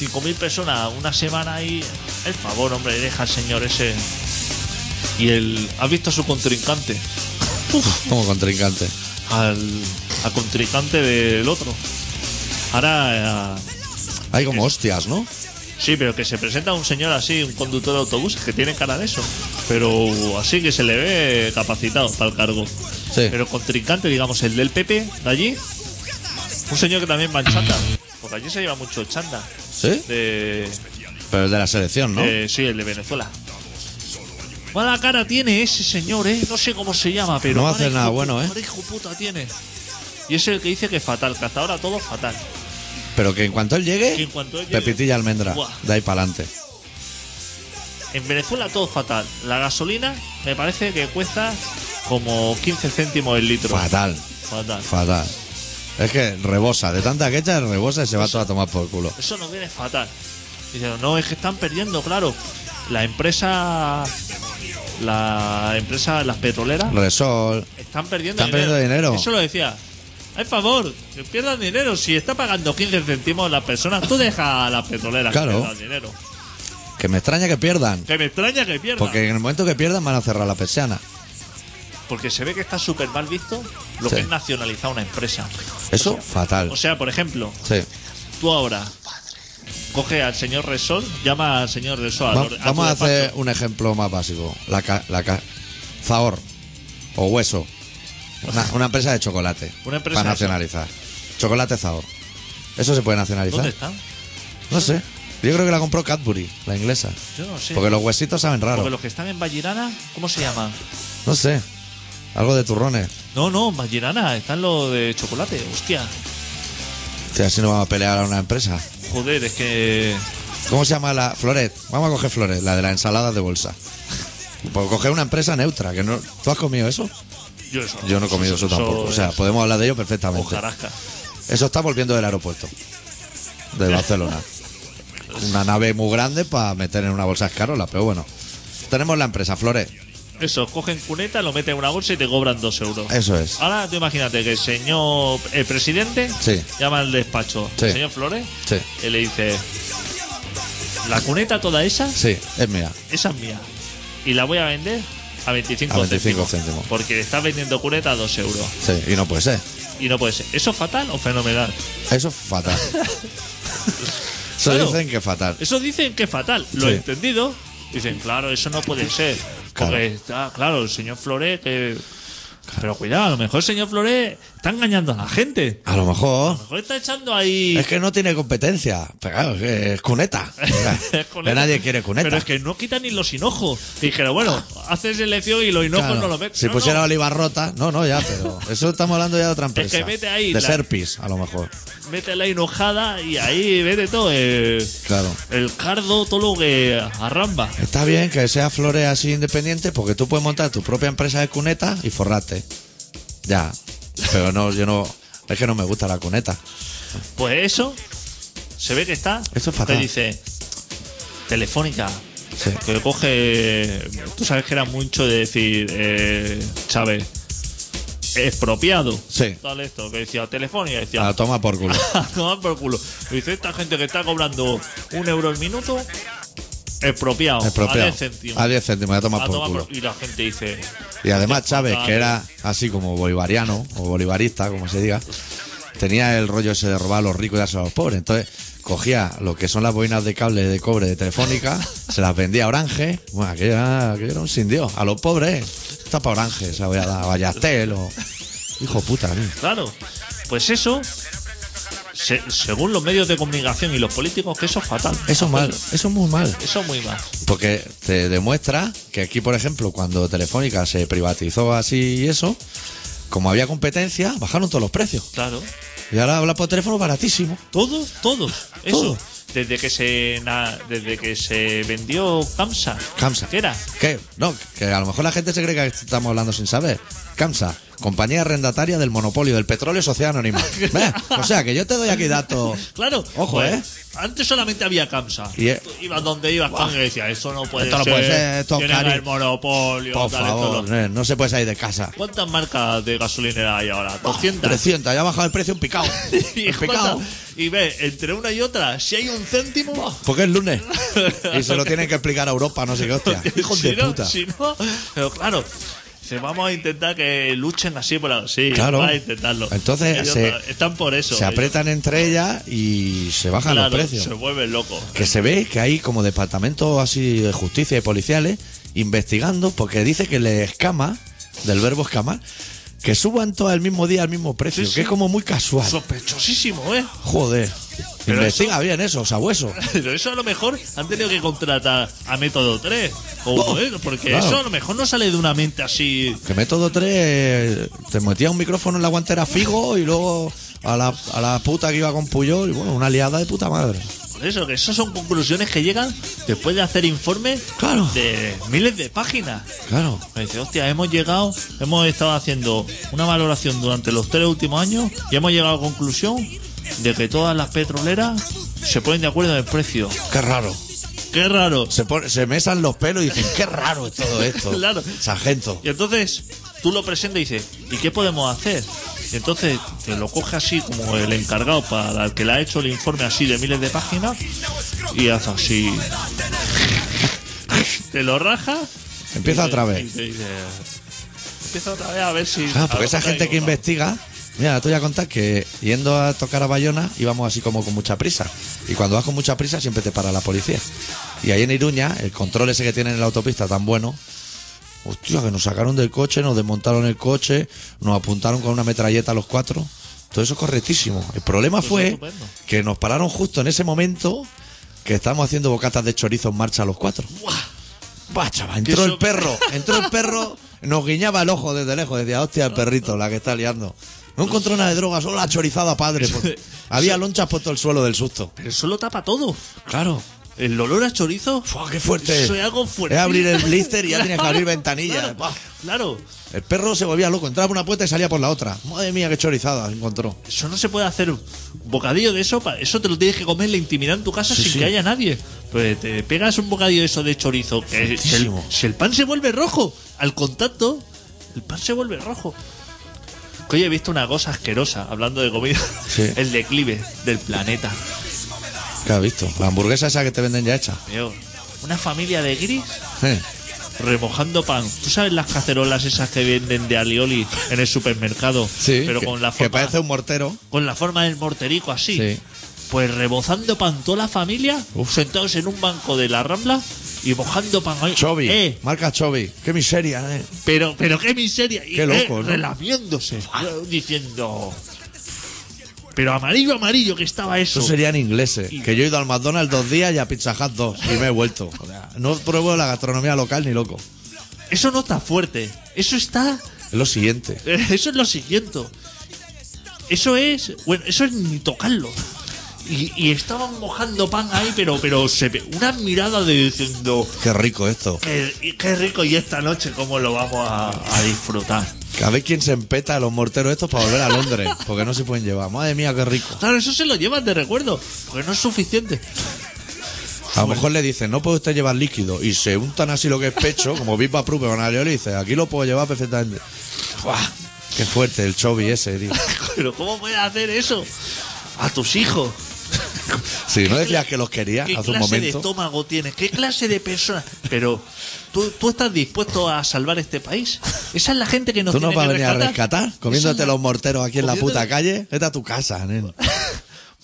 Speaker 3: 5.000 personas una semana ahí. El favor, hombre, deja al señor ese. Y el. ¿Has visto a su contrincante?
Speaker 2: Como contrincante.
Speaker 3: al, al contrincante del otro. Ahora, eh,
Speaker 2: Hay como hostias, ¿no?
Speaker 3: sí, pero que se presenta un señor así, un conductor de autobús, que tiene cara de eso. Pero así que se le ve capacitado para el cargo.
Speaker 2: Sí.
Speaker 3: Pero el contrincante, digamos, el del PP, de allí, un señor que también va en chanda. Porque allí se lleva mucho chanda.
Speaker 2: ¿Sí?
Speaker 3: De,
Speaker 2: Pero es de la selección, ¿no?
Speaker 3: de- sí, el de Venezuela. Mala cara tiene ese señor, ¿eh? No sé cómo se llama, pero...
Speaker 2: No
Speaker 3: mala
Speaker 2: hace
Speaker 3: hijo
Speaker 2: nada
Speaker 3: puta,
Speaker 2: bueno, ¿eh?
Speaker 3: mala hijo puta tiene. Y es el que dice que fatal, que hasta ahora todo fatal.
Speaker 2: Pero que en cuanto él llegue,
Speaker 3: Que en cuanto él llegue-
Speaker 2: pepitilla almendra.
Speaker 3: Buah.
Speaker 2: De ahí para adelante.
Speaker 3: En Venezuela todo fatal. La gasolina me parece que cuesta como 15 céntimos el litro.
Speaker 2: Fatal,
Speaker 3: Fatal.
Speaker 2: fatal. Es que rebosa, de tanta que echa, rebosa y se va todo a tomar por culo.
Speaker 3: Eso nos viene fatal. Dicen, no, es que están perdiendo, claro. La empresa, la empresa, las petroleras
Speaker 2: Resol.
Speaker 3: están perdiendo
Speaker 2: Están perdiendo dinero.
Speaker 3: Eso lo decía. Ay, favor, que pierdan dinero. Si está pagando 15 céntimos las personas, tú deja a las petroleras
Speaker 2: Claro.
Speaker 3: que pierdan dinero.
Speaker 2: Que me extraña que pierdan.
Speaker 3: Que me extraña que pierdan.
Speaker 2: Porque en el momento que pierdan van a cerrar la persiana.
Speaker 3: Porque se ve que está súper mal visto lo
Speaker 2: Sí.
Speaker 3: que es nacionalizar una empresa.
Speaker 2: Eso, fatal.
Speaker 3: O sea, por ejemplo,
Speaker 2: Sí.
Speaker 3: Tú ahora coge al señor Resol, llama al señor Resol. al
Speaker 2: Va-
Speaker 3: or- tu
Speaker 2: vamos a
Speaker 3: despacho.
Speaker 2: hacer un ejemplo más básico. La ca- la ca- Zahor. O hueso. Una, una empresa de chocolate.
Speaker 3: Una empresa
Speaker 2: Para
Speaker 3: de-
Speaker 2: nacionalizar. Chocolate Zahor. ¿Eso se puede
Speaker 3: ¿Dónde
Speaker 2: nacionalizar?
Speaker 3: están?
Speaker 2: No sé. Yo creo que la compró Cadbury, la inglesa.
Speaker 3: Yo no sé.
Speaker 2: Porque los huesitos saben raro.
Speaker 3: Porque los que están en Vallirana, ¿cómo se llama?
Speaker 2: No sé. Algo de turrones.
Speaker 3: No, no, en Vallirana, están los de chocolate. Hostia,
Speaker 2: Hostia, así no vamos a pelear a una empresa.
Speaker 3: joder, es que.
Speaker 2: ¿Cómo se llama la Floret? Vamos a coger Floret, la de las ensaladas de bolsa. Pues coger una empresa neutra, que no. ¿Tú has comido eso?
Speaker 3: Yo, eso,
Speaker 2: Yo no he comido eso, tampoco. O sea,
Speaker 3: es
Speaker 2: podemos hablar de ello perfectamente.
Speaker 3: hojarasca.
Speaker 2: Eso está volviendo del aeropuerto. De Barcelona. una nave muy grande para meter en una bolsa escarola, pero bueno. Tenemos la empresa, Floret.
Speaker 3: Eso, cogen cuneta, lo meten en una bolsa y te cobran dos euros.
Speaker 2: Eso es.
Speaker 3: Ahora tú imagínate que el señor el presidente
Speaker 2: Sí.
Speaker 3: llama al despacho,
Speaker 2: Sí.
Speaker 3: el señor Flores,
Speaker 2: Sí.
Speaker 3: y le dice, la cuneta toda esa
Speaker 2: Sí, es mía.
Speaker 3: Esa es mía. Y la voy a vender a 25,
Speaker 2: A 25
Speaker 3: céntimos.
Speaker 2: céntimos.
Speaker 3: Porque está vendiendo cuneta a 2 euros.
Speaker 2: Sí, y no puede ser.
Speaker 3: Y no puede ser. ¿Eso es fatal o fenomenal?
Speaker 2: Eso es fatal. Se
Speaker 3: Claro.
Speaker 2: dicen que es fatal.
Speaker 3: Eso dicen que es fatal. Lo
Speaker 2: Sí.
Speaker 3: he entendido. Dicen, claro, eso no puede ser.
Speaker 2: Claro.
Speaker 3: Porque está, claro, el señor Flores que... Pero cuidado, a lo mejor el señor Flores está engañando a la gente.
Speaker 2: A lo mejor.
Speaker 3: A lo mejor está echando ahí...
Speaker 2: Es que no tiene competencia. Pero claro, es que es cuneta.
Speaker 3: Es cuneta.
Speaker 2: Que nadie quiere cuneta.
Speaker 3: Pero es que no quita ni los hinojos. Dijeron, bueno, haces elección y los hinojos
Speaker 2: Claro.
Speaker 3: no los metes.
Speaker 2: Si
Speaker 3: No, no.
Speaker 2: pusiera olivarrota, no, no, ya, pero eso estamos hablando ya de otra empresa.
Speaker 3: que mete ahí
Speaker 2: de
Speaker 3: la-
Speaker 2: Serpis, a lo mejor.
Speaker 3: mete la hinojada y ahí vete todo. eh,
Speaker 2: Claro.
Speaker 3: El cardo, todo lo que arramba.
Speaker 2: Está bien que sea Flores así independiente porque tú puedes montar tu propia empresa de cuneta y forrarte. Ya. Pero no, yo no. Es que no me gusta la cuneta.
Speaker 3: Pues eso se ve que está.
Speaker 2: Eso es fatal.
Speaker 3: Te dice Telefónica.
Speaker 2: Sí.
Speaker 3: Que coge. Tú sabes que era mucho de decir, eh, Chávez, expropiado.
Speaker 2: Sí.
Speaker 3: Tal esto, que decía Telefónica, decía.
Speaker 2: La toma por culo.
Speaker 3: A tomar por culo. Dice, esta gente que está cobrando un euro al minuto, expropiado. A
Speaker 2: Expropiado.
Speaker 3: 10 céntimos.
Speaker 2: A 10 céntimos, la toma
Speaker 3: A
Speaker 2: por
Speaker 3: tomar
Speaker 2: culo.
Speaker 3: por- Y la gente dice,
Speaker 2: Y además Chávez,
Speaker 3: Claro.
Speaker 2: que era así como bolivariano o bolivarista, como se diga, tenía el rollo ese de robar a los ricos y darse a los pobres. Entonces cogía lo que son las boinas de cable de cobre de Telefónica, se las vendía a Orange. Bueno, aquello era, aquello era un sin Dios. A los pobres, está para Orange, se la voy a dar a Ballestel o... Hijo puta, tío.
Speaker 3: claro, pues eso, se- según los medios de comunicación y los políticos, que eso es fatal.
Speaker 2: Eso es mal, eso es muy mal.
Speaker 3: Eso es muy mal.
Speaker 2: Porque te demuestra que aquí, por ejemplo, cuando Telefónica se privatizó así y eso, como había competencia, bajaron todos los precios.
Speaker 3: Claro.
Speaker 2: Y ahora habla por teléfono baratísimo.
Speaker 3: Todos, todos. Eso.
Speaker 2: Todo.
Speaker 3: Desde que se na- desde que se vendió Kamsa.
Speaker 2: Kamsa.
Speaker 3: ¿Qué era?
Speaker 2: ¿Qué? No, que a lo mejor la gente se cree que estamos hablando sin saber. Kamsa, compañía arrendataria del monopolio del petróleo Sociedad Anónima. Ve, O sea, que yo te doy aquí datos.
Speaker 3: Claro.
Speaker 2: Ojo,
Speaker 3: Pues,
Speaker 2: ¿eh?
Speaker 3: Antes solamente había Kamsa.
Speaker 2: Y, eh,
Speaker 3: Ibas donde ibas, Kamsa, y decía, eso no puede
Speaker 2: Esto no
Speaker 3: ser.
Speaker 2: puede ser, esto es
Speaker 3: Tienen
Speaker 2: cari-
Speaker 3: el monopolio.
Speaker 2: Por
Speaker 3: tal, esto
Speaker 2: favor,
Speaker 3: no-
Speaker 2: eh, no se puede salir de casa.
Speaker 3: ¿Cuántas marcas de gasolinera hay ahora? 200.
Speaker 2: 300, ya ha bajado el precio un picado.
Speaker 3: y,
Speaker 2: Un picado.
Speaker 3: cuántas- y ve, entre una y otra, si hay un céntimo.
Speaker 2: Porque es lunes. Y se lo tienen que explicar a Europa, no sé qué hostia. Hijos
Speaker 3: si
Speaker 2: de
Speaker 3: no,
Speaker 2: puta.
Speaker 3: si no, pero claro. dice, Vamos a intentar que luchen así por ahí. Sí,
Speaker 2: Claro.
Speaker 3: vamos a intentarlo.
Speaker 2: Entonces,
Speaker 3: Ellos
Speaker 2: se-
Speaker 3: ta- están por eso.
Speaker 2: Se
Speaker 3: ellos.
Speaker 2: apretan entre ellas y se bajan
Speaker 3: Claro,
Speaker 2: los precios.
Speaker 3: Se vuelven locos.
Speaker 2: que se ve que hay como departamentos así de justicia y policiales investigando porque dice que le escama, del verbo escamar, que suban todas el mismo día al mismo precio,
Speaker 3: Sí, sí.
Speaker 2: que es como muy casual.
Speaker 3: Sospechosísimo, ¿eh?
Speaker 2: Joder.
Speaker 3: Pero
Speaker 2: Investiga bien eso, sabueso.
Speaker 3: Pero eso a lo mejor han tenido que contratar a Método 3. O, ¿eh? Porque
Speaker 2: Oh, claro.
Speaker 3: eso a lo mejor no sale de una mente así.
Speaker 2: Que método 3 te metía un micrófono en la guantera fijo y luego a la, a la puta que iba con Puyol y bueno, una liada de puta madre.
Speaker 3: Por eso, que esas son conclusiones que llegan después de hacer informes
Speaker 2: Claro.
Speaker 3: de miles de páginas.
Speaker 2: Claro.
Speaker 3: Me dice, hostia, hemos llegado, hemos estado haciendo una valoración durante los tres últimos años y hemos llegado a la conclusión de que todas las petroleras se ponen de acuerdo en el precio.
Speaker 2: Qué raro.
Speaker 3: ¡Qué raro!
Speaker 2: Se, pone- se mesan los pelos y dicen, qué raro es todo esto.
Speaker 3: Claro.
Speaker 2: Sargento.
Speaker 3: Y entonces tú lo presentas y dices, ¿y qué podemos hacer? Y entonces te lo coge así como el encargado para el que le ha hecho el informe así de miles de páginas y hace así. te lo raja.
Speaker 2: Empieza
Speaker 3: y te-
Speaker 2: otra vez.
Speaker 3: y te dice, Empieza otra vez a ver si.
Speaker 2: Claro, porque
Speaker 3: a
Speaker 2: esa
Speaker 3: lo mejor
Speaker 2: gente
Speaker 3: hay
Speaker 2: que
Speaker 3: otra".
Speaker 2: investiga. Mira, te voy a contar que yendo a tocar a Bayona íbamos así como con mucha prisa. Y cuando vas con mucha prisa siempre te para la policía. Y ahí en Iruña, el control ese que tienen en la autopista tan bueno. Hostia, que nos sacaron del coche, nos desmontaron el coche, nos apuntaron con una metralleta a los cuatro. Todo eso es correctísimo. El problema
Speaker 3: Pues
Speaker 2: fue
Speaker 3: estupendo.
Speaker 2: que nos pararon justo en ese momento que estábamos haciendo bocatas de chorizo en marcha a los cuatro. Buah, chaval, entró
Speaker 3: Eso-
Speaker 2: el perro, entró el perro, nos guiñaba el ojo desde lejos, decía, hostia, el perrito, la que está liando. No encontró nada de droga, solo la chorizada padre. por- Había lonchas por todo el suelo del susto.
Speaker 3: Pero eso lo tapa todo.
Speaker 2: Claro.
Speaker 3: El olor a chorizo.
Speaker 2: Buah, qué fuerte.
Speaker 3: Soy algo fuerte.
Speaker 2: Es abrir el blister y ya tienes que abrir ventanillas.
Speaker 3: Claro,
Speaker 2: Buah.
Speaker 3: claro.
Speaker 2: El perro se volvía loco, entraba por una puerta y salía por la otra. Madre mía, qué chorizada encontró.
Speaker 3: Eso no se puede hacer bocadillo de eso, pa- eso te lo tienes que comer en la intimidad en tu casa
Speaker 2: Sí,
Speaker 3: sin
Speaker 2: sí.
Speaker 3: que haya nadie. Pues te pegas un bocadillo de eso de chorizo, que si el,
Speaker 2: Fuertísimo.
Speaker 3: si el pan se vuelve rojo al contacto, el pan se vuelve rojo. Que Hoy he visto una cosa asquerosa, hablando de comida,
Speaker 2: Sí.
Speaker 3: el declive del planeta.
Speaker 2: ¿Qué has visto? La hamburguesa esa que te venden ya hecha.
Speaker 3: Veo Una familia de gris
Speaker 2: Eh,
Speaker 3: remojando pan. ¿Tú sabes las cacerolas esas que venden de alioli en el supermercado?
Speaker 2: Sí,
Speaker 3: pero
Speaker 2: que-
Speaker 3: con la
Speaker 2: que
Speaker 3: forma-
Speaker 2: parece un mortero.
Speaker 3: con la forma del morterico así.
Speaker 2: Sí.
Speaker 3: Pues rebozando pan toda la familia, sentados en un banco de la Rambla y mojando pan ahí.
Speaker 2: Chobi,
Speaker 3: Eh,
Speaker 2: marca Chobi. Qué miseria, eh.
Speaker 3: pero, pero qué miseria. Y,
Speaker 2: Qué
Speaker 3: eh,
Speaker 2: loco, ¿no?
Speaker 3: relamiéndose, diciendo... Pero amarillo, amarillo que estaba eso.
Speaker 2: Eso serían ingleses. eh. Que yo he ido al McDonald's dos días y a Pizza Hut dos. Y me he vuelto. O sea, no pruebo la gastronomía local ni loco.
Speaker 3: Eso no está fuerte. Eso está...
Speaker 2: Es lo siguiente.
Speaker 3: Eh, Eso es lo siguiente. Eso es. Bueno, eso es ni tocarlo. Y, y estaban mojando pan ahí, pero, pero se ve una mirada de diciendo.
Speaker 2: Qué rico esto.
Speaker 3: Qué, qué rico y esta noche cómo lo vamos a, a disfrutar.
Speaker 2: A ver quién se empeta a los morteros estos para volver a Londres. Porque no se pueden llevar. Madre mía, qué rico.
Speaker 3: Claro, eso se lo llevan de recuerdo, porque no es suficiente.
Speaker 2: A lo mejor le dicen, no puede usted llevar líquido. Y se untan así lo que es pecho, como Viva Proof, pero nadie le dice, aquí lo puedo llevar perfectamente. ¡Buah! Qué fuerte el chobi ese, tío.
Speaker 3: Pero ¿cómo puedes hacer eso a tus hijos?
Speaker 2: Si no decías que los querías
Speaker 3: ¿Qué
Speaker 2: hace un
Speaker 3: clase de
Speaker 2: momento.
Speaker 3: estómago tienes? ¿Qué clase de persona? Pero ¿tú, tú estás dispuesto a salvar este país. Esa es la gente que nos
Speaker 2: Tú no
Speaker 3: tiene
Speaker 2: vas a
Speaker 3: que
Speaker 2: venir a
Speaker 3: rescatar.
Speaker 2: rescatar comiéndote
Speaker 3: Esa es la-
Speaker 2: los morteros aquí en la
Speaker 3: comiéndote-
Speaker 2: puta calle. Vete a tu casa, nen.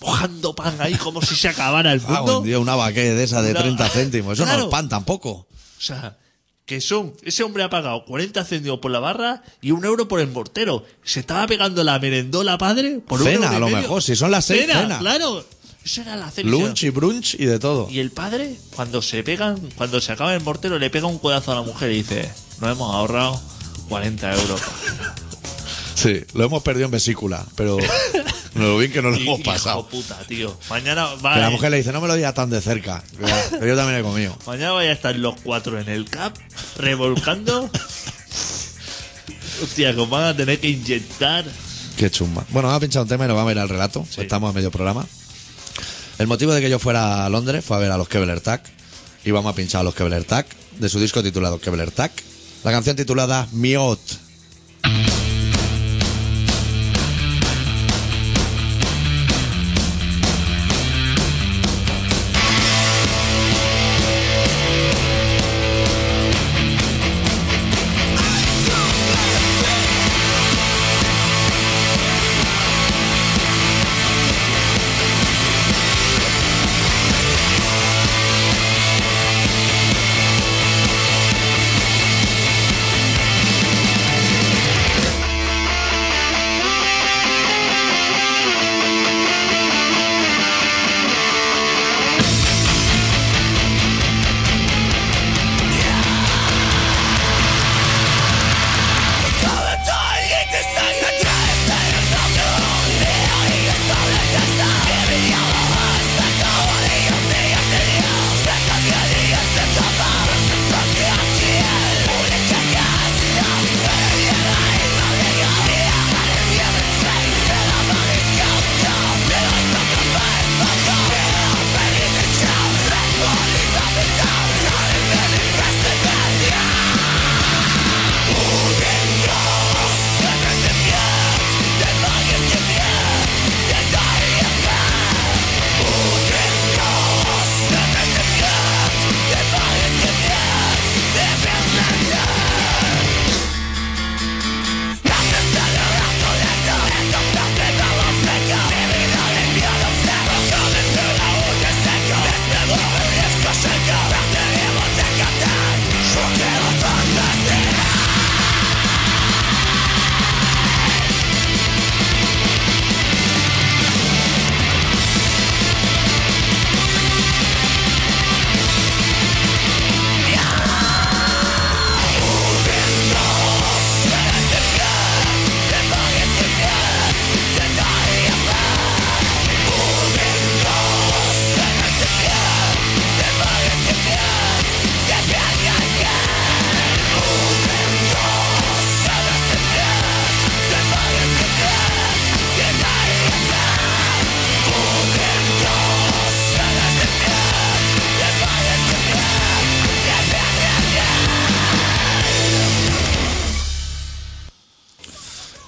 Speaker 3: mojando pan ahí como si se acabara el
Speaker 2: Ah,
Speaker 3: mundo.
Speaker 2: un día una vaquera de esa de
Speaker 3: Una-
Speaker 2: 30 céntimos. Eso no
Speaker 3: Claro.
Speaker 2: es pan tampoco.
Speaker 3: O sea, que son. Ese hombre ha pagado 40 céntimos por la barra y un euro por el mortero. Se estaba pegando la merendola padre por un
Speaker 2: Cena,
Speaker 3: euro y
Speaker 2: a lo
Speaker 3: medio.
Speaker 2: mejor, si son las seis,
Speaker 3: Cena,
Speaker 2: cena.
Speaker 3: claro. Eso era la cena.
Speaker 2: Lunch y brunch y de todo.
Speaker 3: Y el padre, cuando se pegan, cuando se acaba el mortero, le pega un codazo a la mujer y dice: Nos hemos ahorrado 40 euros.
Speaker 2: Sí, lo hemos perdido en vesícula, pero lo bien que no lo hemos
Speaker 3: Y-
Speaker 2: pasado.
Speaker 3: Hijo puta, tío. Mañana va
Speaker 2: Que la
Speaker 3: eh,
Speaker 2: mujer le dice, no me lo digas tan de cerca. que yo también he comido.
Speaker 3: Mañana vaya a estar los cuatro en el CAP revolcando. Hostia, que os van a tener que inyectar.
Speaker 2: Qué chumba. Bueno, vamos a pinchar un tema y nos vamos a ir al relato.
Speaker 3: Sí.
Speaker 2: Estamos a medio programa. El motivo de que yo fuera a Londres fue a ver a los Kevler Tack. Y vamos a pinchar a los Kevler Tack de su disco titulado Kevler Tack. La canción titulada Miot.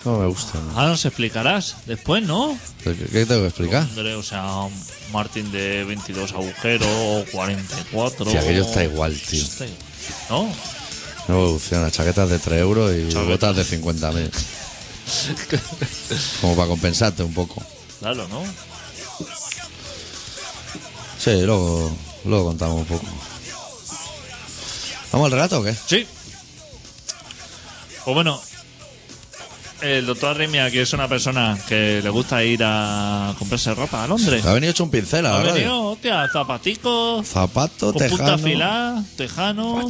Speaker 2: No me gusta.
Speaker 3: Ahora nos explicarás después, ¿no?
Speaker 2: ¿Qué qué tengo que explicar?
Speaker 3: Hombre, o sea, un Martín de 22 agujeros o 44.
Speaker 2: Sí, aquello está igual, tío.
Speaker 3: Eso está igual. ¿No?
Speaker 2: No evoluciona. Chaquetas de 3 euros y
Speaker 3: Chaquetas.
Speaker 2: botas de 50 mil. Como para compensarte un poco.
Speaker 3: Claro, ¿no?
Speaker 2: Sí, luego, luego contamos un poco. ¿Vamos al relato o qué?
Speaker 3: Sí. Pues bueno, el doctor Arrimia, que es una persona que le gusta ir a comprarse ropa a Londres.
Speaker 2: Ha venido hecho un pincel a
Speaker 3: Ha
Speaker 2: la radio.
Speaker 3: venido, hostia, zapaticos,
Speaker 2: Zapato,
Speaker 3: con punta
Speaker 2: tejano.
Speaker 3: afilada, tejano.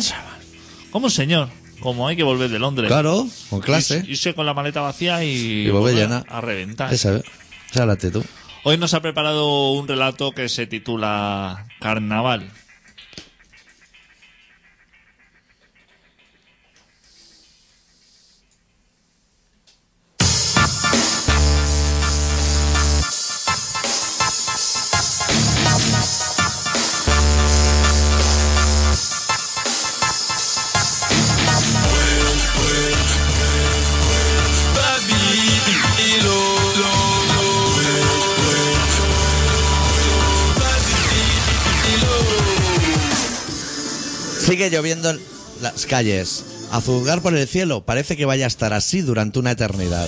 Speaker 3: ¿Cómo, señor? Como hay que volver de Londres.
Speaker 2: Claro, con clase.
Speaker 3: Ir- Irse con la maleta vacía y,
Speaker 2: Y volver llena.
Speaker 3: a reventar.
Speaker 2: Esa, esa es la actitud.
Speaker 3: Hoy nos ha preparado un relato que se titula Carnaval.
Speaker 2: Sigue lloviendo en las calles. A juzgar por el cielo, parece que vaya a estar así durante una eternidad.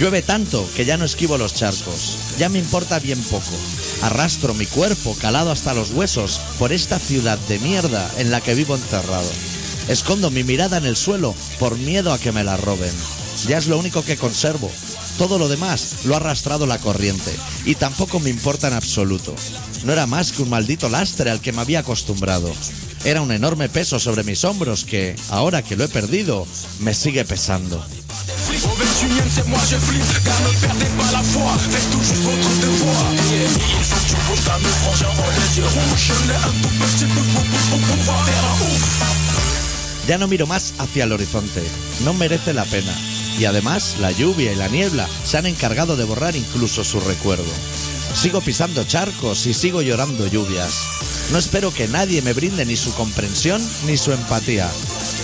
Speaker 2: Llueve tanto que ya no esquivo los charcos. Ya me importa bien poco. Arrastro mi cuerpo calado hasta los huesos por esta ciudad de mierda en la que vivo encerrado. Escondo mi mirada en el suelo por miedo a que me la roben. Ya es lo único que conservo. Todo lo demás lo ha arrastrado la corriente y tampoco me importa en absoluto. No era más que un maldito lastre al que me había acostumbrado. Era un enorme peso sobre mis hombros que, ahora que lo he perdido, me sigue pesando.
Speaker 4: Au 21ème c'est moi je flippe Car ne perdez pas la foi Faites tout juste votre devoir Yeah. Il faut que tu bouges ta meuf Range avant les yeux rouges Je l'ai un tout petit peu pour, pour, pour pouvoir faire un ouf
Speaker 2: Ya no miro más hacia el horizonte. No merece la pena. Y además, la lluvia y la niebla se han encargado de borrar incluso su recuerdo. Sigo pisando charcos y sigo llorando lluvias. No espero que nadie me brinde ni su comprensión ni su empatía.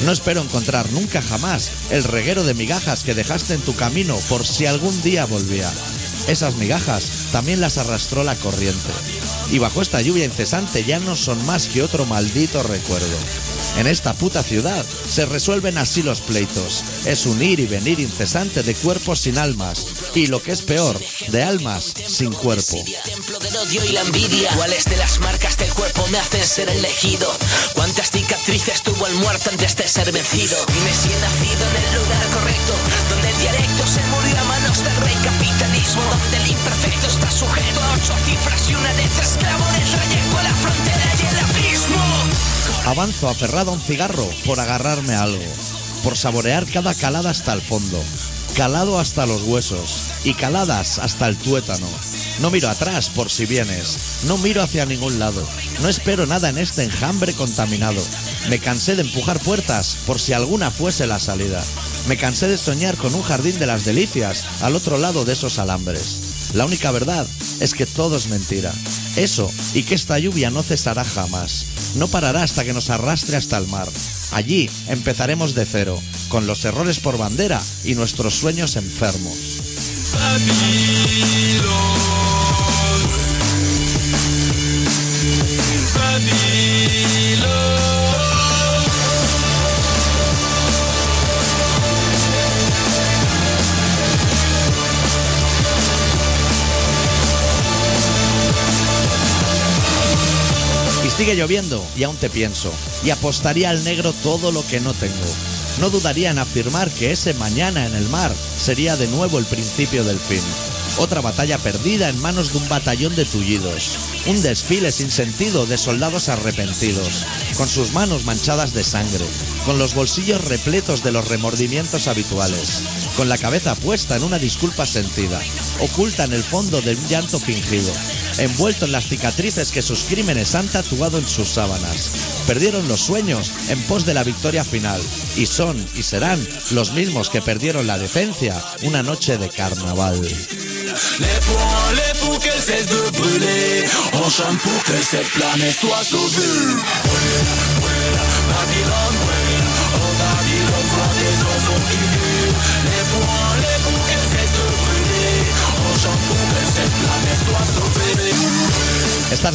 Speaker 2: No espero encontrar nunca jamás el reguero de migajas que dejaste en tu camino por si algún día volvía. Esas migajas también las arrastró la corriente. Y bajo esta lluvia incesante ya no son más que otro maldito recuerdo. En esta puta ciudad se resuelven así los pleitos. Es un ir y venir incesante de cuerpos sin almas. Y lo que es peor, de almas sin cuerpo.
Speaker 5: envidia, templo del odio y la envidia. ¿Cuáles de las marcas del cuerpo me hacen ser elegido? ¿Cuántas cicatrices tuvo el muerto antes de ser vencido? Dime si he nacido en el lugar correcto, donde el dialecto se murió a manos del rey capitalismo, donde el imperfecto está sujeto a ocho cifras y una letra esclavo en el trayecto a la frontera y el abismo.
Speaker 2: Avanzo aferrado a un cigarro por agarrarme a algo, por saborear cada calada hasta el fondo, calado hasta los huesos y caladas hasta el tuétano. No miro atrás por si vienes, no miro hacia ningún lado, no espero nada en este enjambre contaminado. Me cansé de empujar puertas por si alguna fuese la salida. Me cansé de soñar con un jardín de las delicias al otro lado de esos alambres. La única verdad es que todo es mentira. Eso, y que esta lluvia no cesará jamás. No parará hasta que nos arrastre hasta el mar. Allí empezaremos de cero, con los errores por bandera y nuestros sueños enfermos. Y sigue lloviendo y aún te pienso. Y apostaría al negro todo lo que no tengo. No dudaría en afirmar que ese mañana en el mar sería de nuevo el principio del fin. Otra batalla perdida en manos de un batallón de tullidos. Un desfile sin sentido de soldados arrepentidos, con sus manos manchadas de sangre, con los bolsillos repletos de los remordimientos habituales, con la cabeza puesta en una disculpa sentida, oculta en el fondo de un llanto fingido, envuelto en las cicatrices que sus crímenes han tatuado en sus sábanas. Perdieron los sueños en pos de la victoria final y son y serán los mismos que perdieron la decencia una noche de carnaval.
Speaker 4: Les poings, les pour qu'elle cesse de brûler Enchaîne pour que cette planète soit sauvée Brûle, brûle, Babylone brûle Oh Babylone, vois des oiseaux qui hurlent Les poings, les pour qu'elle cesse de brûler Enchaîne pour que cette planète soit sauvée
Speaker 2: Estás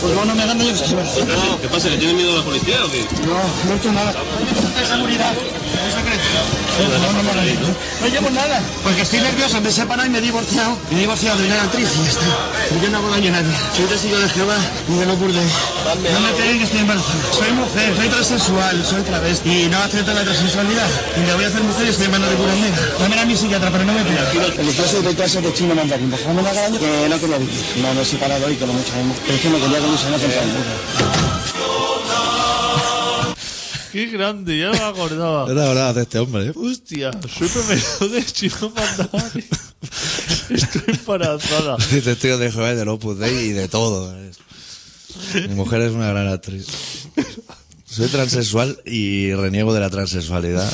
Speaker 6: Pues bueno, me dan de examen.
Speaker 7: ¿Qué pasa? ¿Que tiene miedo a la policía o qué?
Speaker 6: No, no he hecho nada. De seguridad. No, no, no, no, no. No llevo nada. Porque estoy nervioso, me he separado y me he divorciado. Me he divorciado de una actriz y ya está. Yo no hago daño a nadie. Soy testigo de Jehová y de lo ocurre. No me creen que estoy embarazada. Soy mujer, soy transexual, soy travesti. Y no acepto la transexualidad. Y me voy a hacer mujer y estoy en manos de curandera. Dame a mi psiquiatra, pero no me pida. Yo soy de clase de chino mandarín. Por favor, me la haga daño. Que no, que lo vi. No, me he separado y que lo mucho amo. Pero es que me quería con Luciana Fontaine.
Speaker 3: Qué grande, ya me acordaba.
Speaker 2: Era verdad de este hombre.
Speaker 3: Hostia, soy proveedor de chino mandarín. Estoy embarazada.
Speaker 2: Dice Este tío de Joel del Opus Dei y de todo. Mi mujer es una gran actriz. Soy transexual y reniego de la transexualidad.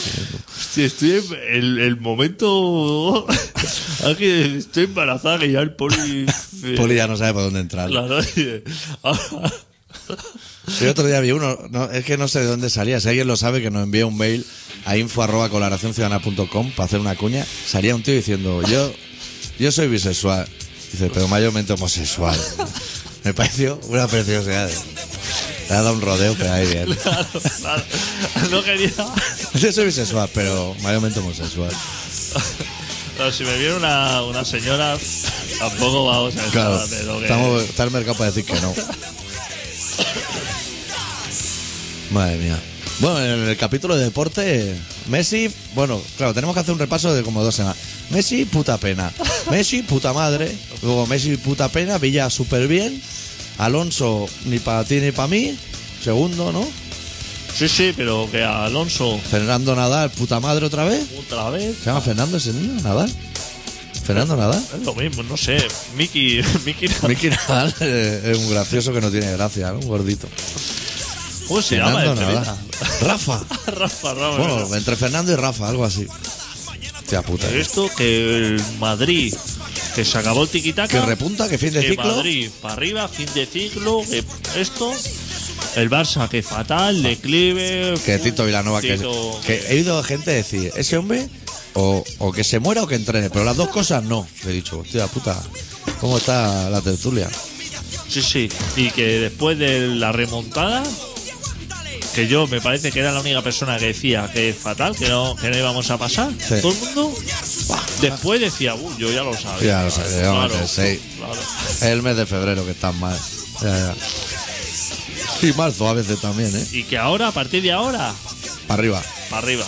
Speaker 3: Hostia, estoy en el, el momento. Aquí estoy embarazada que ya el poli.
Speaker 2: Poli ya no sabe por dónde entrar.
Speaker 3: Claro, oye, ahora-
Speaker 2: El otro día vi uno, no, es que no sé de dónde salía. Si alguien lo sabe, que nos envía un mail a info.colaboracionciudadana.com para hacer una cuña. Salía un tío diciendo, yo, yo soy bisexual. Dice, pero mayormente homosexual. Me pareció una preciosidad. Le ha dado un rodeo, pero ahí bien.
Speaker 3: Claro, claro. No quería.
Speaker 2: Yo soy bisexual, pero mayormente homosexual.
Speaker 3: Claro, si me viene una, una señora, tampoco vamos a
Speaker 2: Claro,
Speaker 3: estar de lo que-
Speaker 2: estamos, está el mercado para decir que no. Madre mía. Bueno, en el capítulo de deporte, Messi, bueno, claro, tenemos que hacer un repaso de como dos semanas. Messi, puta pena. Messi, puta madre. Luego Messi, puta pena. Villa, súper bien. Alonso, ni para ti ni para mí. Segundo, ¿no?
Speaker 3: Sí, sí, pero que a Alonso
Speaker 2: Fernando Nadal, puta madre otra vez.
Speaker 3: otra vez.
Speaker 2: ¿Se llama Fernando ese niño? ¿Nadal? ¿Fernando Nadal?
Speaker 3: Es lo mismo, no sé. Miki, Miki,
Speaker 2: Miki Nadal eh, es un gracioso que no tiene gracia, ¿no? Un gordito.
Speaker 3: ¿cómo se llama?
Speaker 2: Fernando
Speaker 3: el
Speaker 2: Nadal. Rafa.
Speaker 3: periodista? Rafa Ramos.
Speaker 2: Bueno, entre Fernando y Rafa, algo así. Hostia puta.
Speaker 3: Pero esto que el Madrid, que se acabó el tiquitaca.
Speaker 2: Que repunta, que fin de
Speaker 3: que
Speaker 2: ciclo.
Speaker 3: Madrid para arriba, fin de ciclo, que esto. El Barça que fatal, declive.
Speaker 2: Que Tito Vilanova, que,
Speaker 3: Tito-
Speaker 2: que he oído gente decir, ese hombre o, o que se muera o que entrene, pero las dos cosas no. He dicho, hostia puta, ¿cómo está la tertulia?
Speaker 3: Sí, sí. Y que después de la remontada, que yo me parece que era la única persona que decía que es fatal, que no, que no íbamos a pasar,
Speaker 2: Sí.
Speaker 3: todo el mundo después decía, "Uh, yo ya lo sabía.
Speaker 2: Ya lo sabía, vamos, que sí.
Speaker 3: claro.
Speaker 2: Es el mes de febrero que están mal. Ya, ya. Y marzo a veces también, ¿eh?
Speaker 3: Y que ahora, a partir de ahora,
Speaker 2: Para arriba.
Speaker 3: para arriba.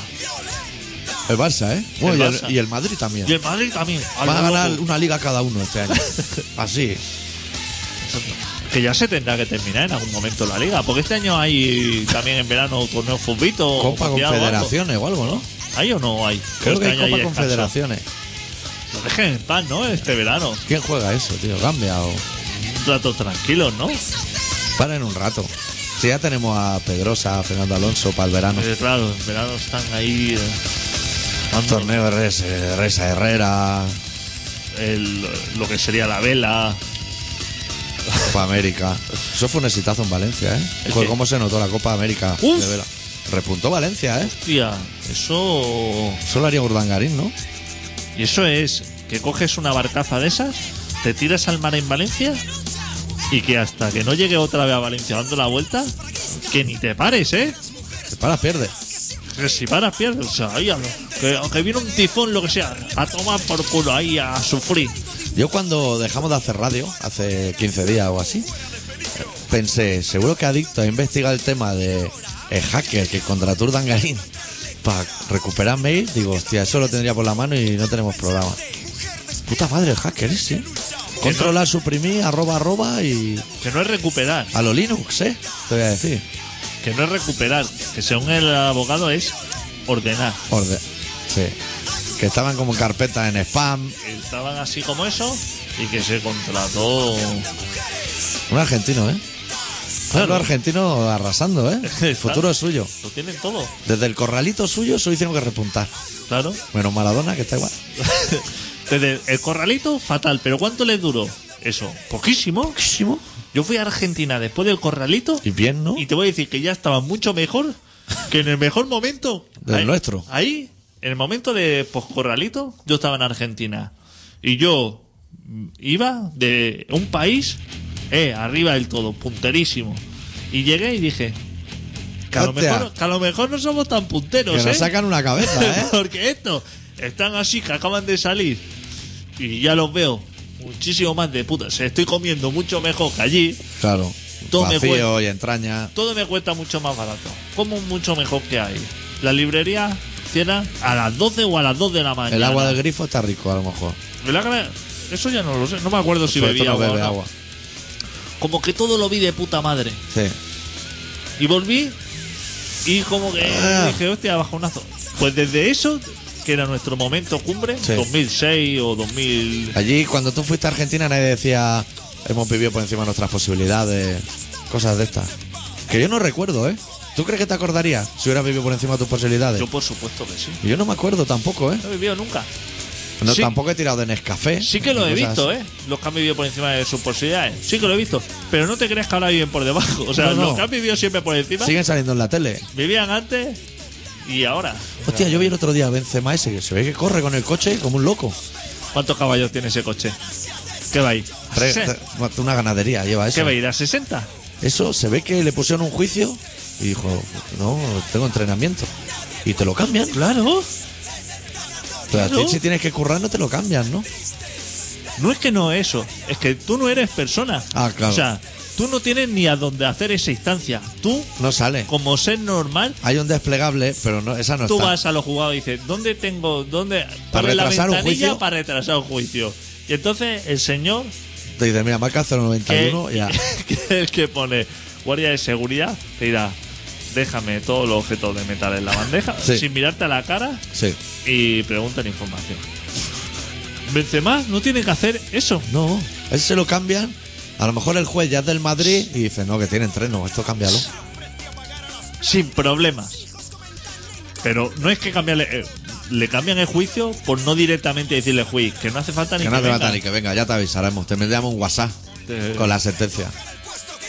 Speaker 2: El Barça, ¿eh? Bueno, y, el,
Speaker 3: Barça.
Speaker 2: y el Madrid también.
Speaker 3: Y el Madrid también. a lo
Speaker 2: Va a ganar
Speaker 3: loco.
Speaker 2: una liga cada uno este año. Así.
Speaker 3: Que ya se tendrá que terminar en algún momento la liga, porque este año hay también en verano torneo futbito. o
Speaker 2: Copa
Speaker 3: mundial o algo.
Speaker 2: Confederaciones o algo, ¿no?
Speaker 3: ¿Hay o no hay?
Speaker 2: Creo
Speaker 3: Este
Speaker 2: que hay
Speaker 3: año
Speaker 2: Copa
Speaker 3: descanso.
Speaker 2: Confederaciones.
Speaker 3: Lo dejen en paz, ¿no? Este verano.
Speaker 2: ¿Quién juega eso, tío? Gambia o.
Speaker 3: Un rato tranquilo, ¿no?
Speaker 2: Paren un rato. Si ya tenemos a Pedrosa, a Fernando Alonso para el verano.
Speaker 3: Eh, claro, en verano están ahí. eh, dando
Speaker 2: Torneo RS, Resa Herrera,
Speaker 3: el- lo que sería la vela.
Speaker 2: Copa América. Eso fue un exitazo en Valencia, ¿eh?
Speaker 3: ¿El
Speaker 2: Joder,
Speaker 3: qué?
Speaker 2: ¿Cómo se notó la Copa América?
Speaker 3: Uf.
Speaker 2: de vela? Repuntó Valencia, ¿eh?
Speaker 3: Tía, eso.
Speaker 2: Solo haría Urdangarín, ¿no?
Speaker 3: Y eso es que coges una barcaza de esas, te tiras al mar en Valencia y que hasta que no llegue otra vez a Valencia dando la vuelta, que ni te pares, ¿eh?
Speaker 2: Te paras, pierde.
Speaker 3: Que si paras pierdes, o sea, ahí a lo- que, aunque viene un tifón, lo que sea, a tomar por culo ahí, a sufrir.
Speaker 2: Yo cuando dejamos de hacer radio, hace 15 días o así, pensé, seguro que Adicto ha investigado el tema de el hacker que contrató Urdangarín para recuperar mail. Digo, hostia, eso lo tendría por la mano y no tenemos programa. Puta madre, el hacker ese. Controlar, suprimir, arroba, arroba y
Speaker 3: Que no es recuperar,
Speaker 2: a lo Linux, ¿eh? Te voy a decir.
Speaker 3: que no es recuperar, que según el abogado es ordenar.
Speaker 2: Orde. Sí. Que estaban como carpetas en spam.
Speaker 3: Estaban así como eso y que se contrató.
Speaker 2: Un argentino, ¿eh?
Speaker 3: Claro.
Speaker 2: Un argentino arrasando, ¿eh? El futuro es suyo.
Speaker 3: Lo tienen todo,
Speaker 2: Desde el corralito suyo solo hicieron que repuntar.
Speaker 3: claro.
Speaker 2: Menos Maradona, que está igual.
Speaker 3: Desde el corralito, fatal. ¿Pero cuánto les duró? Eso, poquísimo. Poquísimo. Yo fui a Argentina después del corralito
Speaker 2: Y bien, ¿no?
Speaker 3: y te voy a decir que ya estaba mucho mejor que en el mejor momento.
Speaker 2: Del
Speaker 3: Ahí-
Speaker 2: nuestro.
Speaker 3: Ahí, en el momento de poscorralito, yo estaba en Argentina. Y yo mm, iba de un país, eh, arriba del todo, punterísimo. Y llegué y dije, que a, lo
Speaker 2: Hostia.
Speaker 3: mejor, que a lo mejor no somos tan punteros,
Speaker 2: que
Speaker 3: ¿eh?
Speaker 2: nos sacan una cabeza, ¿eh?
Speaker 3: Porque esto, están así, que acaban de salir. Y ya los veo muchísimo más de puta. Se estoy comiendo mucho mejor que allí.
Speaker 2: claro.
Speaker 3: Todo me
Speaker 2: Vacío y entraña.
Speaker 3: Todo me cuesta mucho más barato. Como mucho mejor que hay. La librería cierra a las 12 o a las 2 de la mañana.
Speaker 2: El agua del grifo está rico, a lo mejor.
Speaker 3: El agua- Eso ya no lo sé. No me acuerdo si
Speaker 2: Sobre todo
Speaker 3: bebía
Speaker 2: no
Speaker 3: agua. o
Speaker 2: bebe
Speaker 3: no.
Speaker 2: agua.
Speaker 3: Como que todo lo vi de puta madre.
Speaker 2: Sí.
Speaker 3: Y volví y como que
Speaker 2: Ah.
Speaker 3: dije, hostia, bajonazo. Pues desde eso, que era nuestro momento cumbre,
Speaker 2: Sí.
Speaker 3: 2006 o 2000...
Speaker 2: Allí, cuando tú fuiste a Argentina, nadie decía hemos vivido por encima de nuestras posibilidades. Cosas de estas. Que yo no recuerdo, ¿eh? ¿Tú crees que te acordarías si hubieras vivido por encima de tus posibilidades?
Speaker 3: Yo
Speaker 2: Yo,
Speaker 3: por supuesto que sí.
Speaker 2: no me acuerdo tampoco, ¿eh?
Speaker 3: No he vivido nunca.
Speaker 2: No,
Speaker 3: Sí.
Speaker 2: tampoco he tirado de Nescafé.
Speaker 3: Sí que lo he
Speaker 2: ni cosas
Speaker 3: visto,
Speaker 2: pues así.
Speaker 3: ¿eh? Los que han vivido por encima de sus posibilidades. Sí que lo he visto. Pero no te creas que ahora viven por debajo. O sea,
Speaker 2: No, no.
Speaker 3: los que han vivido siempre por encima
Speaker 2: Siguen saliendo en la tele.
Speaker 3: vivían antes y ahora.
Speaker 2: Hostia, yo vi el otro día a Benzema ese que se ve que corre con el coche como un loco.
Speaker 3: ¿Cuántos caballos tiene ese coche? ¿Qué va a ir? ¿A
Speaker 2: Tres-
Speaker 3: 60?
Speaker 2: tres- una ganadería lleva eso.
Speaker 3: ¿Qué va a ir? ¿A 60?
Speaker 2: Eso se ve que le pusieron un juicio y dijo, no, tengo entrenamiento. Y te lo cambian, claro. Pero a ti
Speaker 3: Claro.
Speaker 2: si tienes que currar no te lo cambian, ¿no?
Speaker 3: No es que no es eso, es que tú no eres persona.
Speaker 2: Ah, claro.
Speaker 3: O sea, tú no tienes ni a dónde hacer esa instancia. Tú,
Speaker 2: No sale.
Speaker 3: como ser normal,
Speaker 2: Hay un desplegable, pero no, esa no
Speaker 3: tú
Speaker 2: está.
Speaker 3: vas a los jugados y dices, ¿dónde tengo, dónde
Speaker 2: Para
Speaker 3: pones la
Speaker 2: retrasar un
Speaker 3: ventanilla
Speaker 2: juicio.
Speaker 3: para retrasar un juicio? Y entonces el señor,
Speaker 2: Te dice, mira, marca 091 ya.
Speaker 3: que es el que pone guardia de seguridad, te dirá, déjame todos los objetos de metal en la bandeja,
Speaker 2: Sí.
Speaker 3: sin mirarte a la cara
Speaker 2: Sí.
Speaker 3: y preguntan información. Benzema no tiene que hacer eso.
Speaker 2: No, él se lo cambian. A lo mejor el juez ya es del Madrid y dice, no, que tiene entreno, esto cámbialo.
Speaker 3: sin problemas. Pero no es que cambiarle. eh, le cambian el juicio por no directamente decirle juiz, que no hace falta ni
Speaker 2: Que no hace
Speaker 3: venga.
Speaker 2: falta ni que venga, ya te avisaremos. Te enviamos un WhatsApp
Speaker 3: Eh.
Speaker 2: con la sentencia.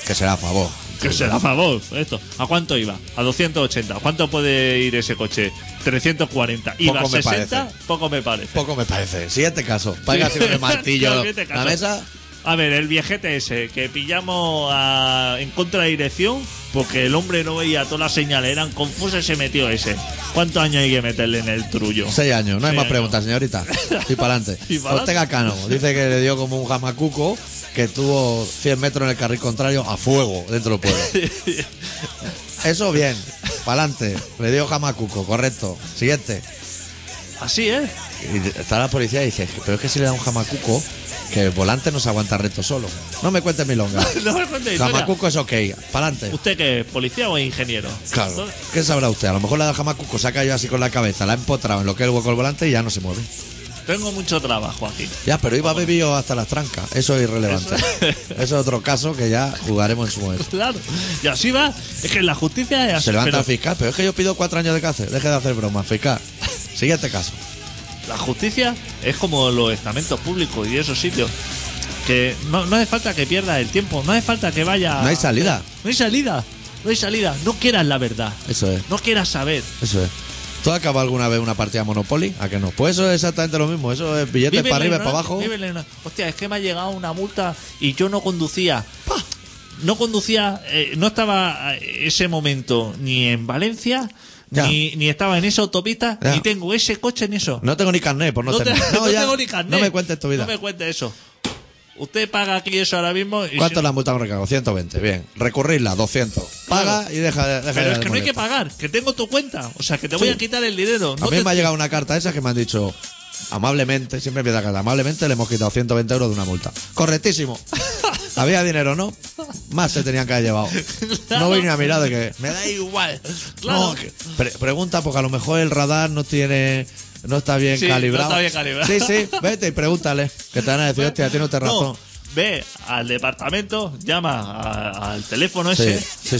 Speaker 2: Que será a favor.
Speaker 3: Que será a favor esto. ¿A cuánto iba? A 280. ¿A ¿Cuánto puede ir ese coche? 340. ¿Iba
Speaker 2: Poco
Speaker 3: a
Speaker 2: me
Speaker 3: 60?
Speaker 2: parece.
Speaker 3: Poco me parece.
Speaker 2: Poco me parece. Siguiente caso. Paiga así con el martillo
Speaker 3: Siguiente caso.
Speaker 2: la mesa.
Speaker 3: A ver, el viejete ese que pillamos a- en contradirección porque el hombre no veía todas las señales, eran confusas y se metió ese. ¿Cuántos años hay que meterle en el trullo?
Speaker 2: Seis años. No hay
Speaker 3: Seis
Speaker 2: más
Speaker 3: años.
Speaker 2: preguntas, señorita. Y para adelante.
Speaker 3: Y pa'lante.
Speaker 2: Ortega Cano dice que le dio como un jamacuco que tuvo 100 metros en el carril contrario a fuego dentro del pueblo. Eso bien. Para adelante. Le dio jamacuco, correcto. Siguiente.
Speaker 3: Así ¿eh? es.
Speaker 2: Y está la policía y dice, pero es que si le da un jamacuco, que el volante no se aguanta recto solo. No me cuentes milonga.
Speaker 3: No me cuentes historia.
Speaker 2: jamacuco es ok. Para adelante.
Speaker 3: ¿Usted qué es? ¿Policía o ingeniero?
Speaker 2: Claro. ¿Qué sabrá usted? A lo mejor la da jamacuco, se ha caído así con la cabeza, la ha empotrado en lo que es el hueco del volante y ya no se mueve.
Speaker 3: Tengo mucho trabajo aquí.
Speaker 2: Ya, pero iba bebido hasta las trancas. Eso es irrelevante.
Speaker 3: Eso-
Speaker 2: Eso es otro caso que ya jugaremos en su momento.
Speaker 3: Claro. Y así va. Es que la justicia es así.
Speaker 2: Se levanta
Speaker 3: pero
Speaker 2: el fiscal, pero es que yo pido cuatro años de cárcel. Deje de hacer bromas, fiscal. Siguiente caso.
Speaker 3: la justicia es como los estamentos públicos y esos sitios. Que no, no hace falta que pierda el tiempo. No hace falta que vaya.
Speaker 2: No hay salida.
Speaker 3: No hay salida. No hay salida. No quieras la verdad.
Speaker 2: Eso es.
Speaker 3: No quieras saber.
Speaker 2: Eso es. ¿Tú has acabado alguna vez una partida de Monopoly? ¿A que no? Pues eso es exactamente lo mismo. Eso es billetes
Speaker 3: Vive
Speaker 2: para
Speaker 3: la
Speaker 2: arriba y para
Speaker 3: ignorancia,
Speaker 2: abajo.
Speaker 3: vive la ignorancia. Hostia, es que me ha llegado una multa y yo no conducía. No conducía, eh, no estaba eh, ese momento ni en Valencia,
Speaker 2: Ya.
Speaker 3: ni, ni estaba en esa autopista,
Speaker 2: Ya.
Speaker 3: ni tengo ese coche en eso.
Speaker 2: No tengo ni carnet por no,
Speaker 3: No, te-
Speaker 2: tener.
Speaker 3: no
Speaker 2: ya,
Speaker 3: tengo ni carnet.
Speaker 2: No me cuentes tu vida.
Speaker 3: No me cuentes eso. Usted paga aquí eso ahora mismo. y
Speaker 2: ¿Cuánto
Speaker 3: si-
Speaker 2: es la multa por recargo? 120. Bien. Recurrirla, 200. Paga
Speaker 3: Claro.
Speaker 2: y deja, deja
Speaker 3: Pero
Speaker 2: de
Speaker 3: es que no hay
Speaker 2: molestar.
Speaker 3: que pagar, que tengo tu cuenta. O sea, que te voy
Speaker 2: Sí.
Speaker 3: a quitar el dinero.
Speaker 2: A
Speaker 3: No
Speaker 2: mí
Speaker 3: te-
Speaker 2: me ha llegado una carta esa que me han dicho amablemente, siempre empieza a carta, amablemente le hemos quitado 120 euros de una multa. Correctísimo. Había dinero, ¿no? Más se tenían que haber llevado. No voy ni a mirar de que. Me da igual.
Speaker 3: Claro.
Speaker 2: No, que- pre- pregunta porque a lo mejor el radar no tiene. No está bien
Speaker 3: Sí, no
Speaker 2: calibrado.
Speaker 3: está bien calibrado.
Speaker 2: Sí, sí, vete y pregúntale. Que te van a decir, hostia, tiene usted razón.
Speaker 3: No, ve al departamento, llama a- al teléfono
Speaker 2: Sí,
Speaker 3: ese